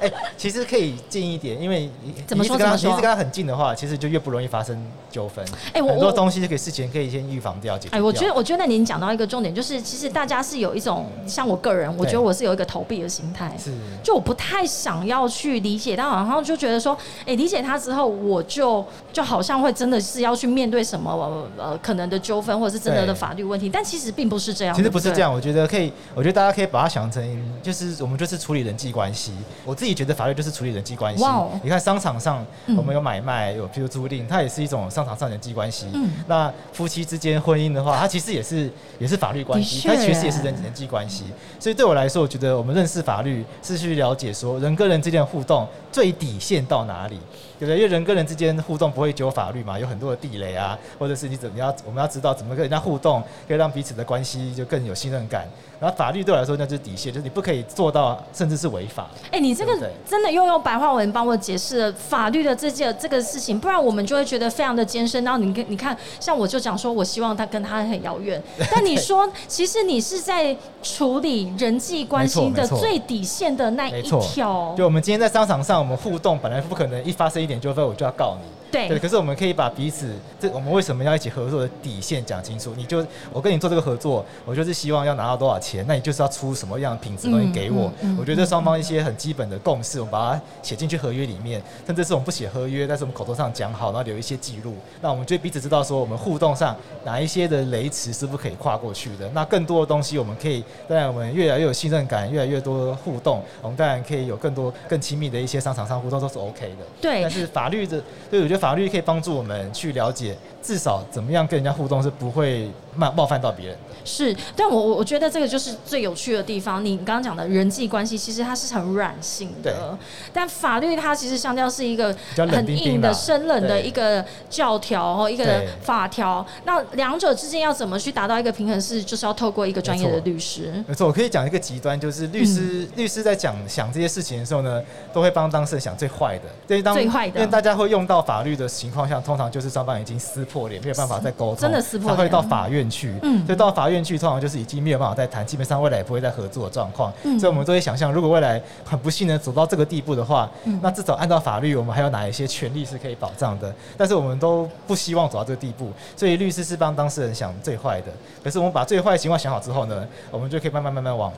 [SPEAKER 2] 哎、其实可以近一点，因为你
[SPEAKER 1] 怎么说
[SPEAKER 2] 你一直跟他
[SPEAKER 1] 怎么说
[SPEAKER 2] 你一直跟他很近的话，其实就越不容易发生纠纷。
[SPEAKER 1] 哎我
[SPEAKER 2] 很多
[SPEAKER 1] 我
[SPEAKER 2] 东西就可以事前可以先预防掉、解决掉。
[SPEAKER 1] 哎，我觉得我觉得您讲到一个重点，就是其实大家是有一种像我个人，我觉得我是有一个投币的心态。
[SPEAKER 2] 是
[SPEAKER 1] 就我不太想要去理解他，然后就觉得说，哎、理解他之后，我就就好像会真的是要去面对什么呃可能的纠纷，或者是真的的
[SPEAKER 2] 对
[SPEAKER 1] 法律问题，但其实并不是这样，
[SPEAKER 2] 其实
[SPEAKER 1] 对
[SPEAKER 2] 不是
[SPEAKER 1] 对
[SPEAKER 2] 这。样，我觉得可以，我觉得大家可以把它想成，就是我们就是处理人际关关系。我自己觉得法律就是处理人际关系。
[SPEAKER 1] 哇哦
[SPEAKER 2] 你看商场上
[SPEAKER 1] 嗯
[SPEAKER 2] 我们有买卖，有譬如租赁，它也是一种商场上人际关系。
[SPEAKER 1] 嗯
[SPEAKER 2] 那夫妻之间婚姻的话，它其实也是也是法律关系，
[SPEAKER 1] 的
[SPEAKER 2] 它
[SPEAKER 1] 确
[SPEAKER 2] 其实也是人人际关系。所以对我来说，我觉得我们认识法律是去了解说人跟人之间的互动最底线到哪里。对不对？因为人跟人之间互动不会只有法律嘛，有很多的地雷啊，或者是你怎么样，我们要知道怎么跟人家互动，可以让彼此的关系就更有信任感。然后法律对我来说那就是底线，就是你不可以做到甚至是违法。
[SPEAKER 1] 哎、你这
[SPEAKER 2] 对不
[SPEAKER 1] 个
[SPEAKER 2] 对
[SPEAKER 1] 真的又用白话文帮我解释了法律的这件这个事情，不然我们就会觉得非哎常的艰深。然后你跟你看，像我就讲说，我希望他跟他很遥 远，但你说其实你是在处理人际关系
[SPEAKER 2] 没错
[SPEAKER 1] 的
[SPEAKER 2] 没错
[SPEAKER 1] 最底线的那一
[SPEAKER 2] 没 错
[SPEAKER 1] 条，
[SPEAKER 2] 就我们今天在商场上，我们互动本来不可能一发生一点纠纷我就要告你。对，
[SPEAKER 1] 对
[SPEAKER 2] 可是我们可以把彼此这我们为什么要一起合作的底线讲清楚。你就我跟你做这个合作，我就是希望要拿到多少钱，那你就是要出什么样的品质东西给我。
[SPEAKER 1] 嗯嗯嗯
[SPEAKER 2] 我觉得双方一些很基本的共识，我们把它写进去合约里面，甚至是我们不写合约，但是我们口头上讲好，然后留一些记录，那我们就彼此知道说我们互动上哪一些的雷池是不可以跨过去的。那更多的东西我们可以，当然我们越来越有信任感，越来越多互动，我们当然可以有更多更亲密的一些商场上互动都是 OK 的。
[SPEAKER 1] 对
[SPEAKER 2] 但，是法律的，对，我觉得法律可以帮助我们去了解，至少怎么样跟人家互动是不会冒冒犯到别人的。
[SPEAKER 1] 是，但我我我觉得这个就是最有趣的地方。你刚刚讲的人际关系，其实它是很软性的
[SPEAKER 2] 对，
[SPEAKER 1] 但法律它其实相较是一个
[SPEAKER 2] 较冷
[SPEAKER 1] 很
[SPEAKER 2] 冰冰
[SPEAKER 1] 硬的、
[SPEAKER 2] 啦
[SPEAKER 1] 生冷的
[SPEAKER 2] 对
[SPEAKER 1] 一个教条哦，一个
[SPEAKER 2] 对
[SPEAKER 1] 法条。那两者之间要怎么去达到一个平衡是，就是要透过一个专业的
[SPEAKER 2] 没错
[SPEAKER 1] 律师。
[SPEAKER 2] 没错，我可以讲一个极端，就是律
[SPEAKER 1] 嗯
[SPEAKER 2] 师、律师在讲想这些事情的时候呢，都会帮当事人想最坏的，对，当
[SPEAKER 1] 最坏的
[SPEAKER 2] 因为大家会用到法律的情况下，通常就是双方已经撕破脸，没有办法再沟通，
[SPEAKER 1] 真的撕破脸
[SPEAKER 2] 才会到法院去。
[SPEAKER 1] 嗯
[SPEAKER 2] 嗯，所以到法院去，通常就是已经没有办法再谈，基本上未来也不会再合作的状况。
[SPEAKER 1] 嗯
[SPEAKER 2] 所以我们都会想象，如果未来很不幸的走到这个地步的话，
[SPEAKER 1] 嗯
[SPEAKER 2] 那至少按照法律，我们还有哪一些权利是可以保障的？但是我们都不希望走到这个地步，所以律师是帮当事人想最坏的。可是我们把最坏的情况想好之后呢，我们就可以慢慢慢慢往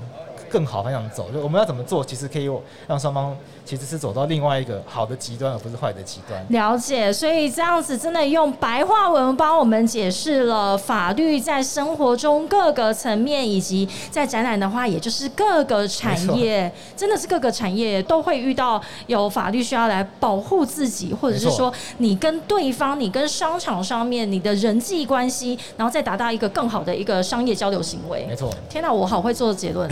[SPEAKER 2] 更好方向走。就我们要怎么做，其实可以让双方其实是走到另外一个好的极端，而不是坏的极端。
[SPEAKER 1] 了解，所以这样子真的用白话文帮我们解释了法律在生活中各个层面，以及在展览的话，也就是各个产业，真的是各个产业都会遇到有法律需要来保护自己，或者是
[SPEAKER 2] 没错
[SPEAKER 1] 说你跟对方、你跟商场上面你的人际关系，然后再达到一个更好的一个商业交流行为
[SPEAKER 2] 没。错，
[SPEAKER 1] 天哪、我好会做结论。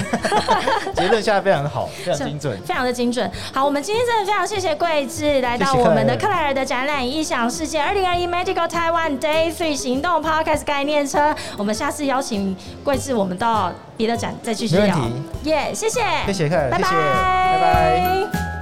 [SPEAKER 2] 结论下得非常好，非常精准。
[SPEAKER 1] 非常的精准。好，我们今天真的非常谢谢桂智来到我们的克莱尔的展览《异想世界二零二一 Medical Taiwan Day Three 行动 Podcast 概念车》。我们下次邀请桂智，我们到别的展再继续
[SPEAKER 2] 没问
[SPEAKER 1] 聊
[SPEAKER 2] 题。
[SPEAKER 1] 耶谢谢，
[SPEAKER 2] 谢谢克莱尔
[SPEAKER 1] 拜拜，
[SPEAKER 2] 谢谢拜
[SPEAKER 1] 拜。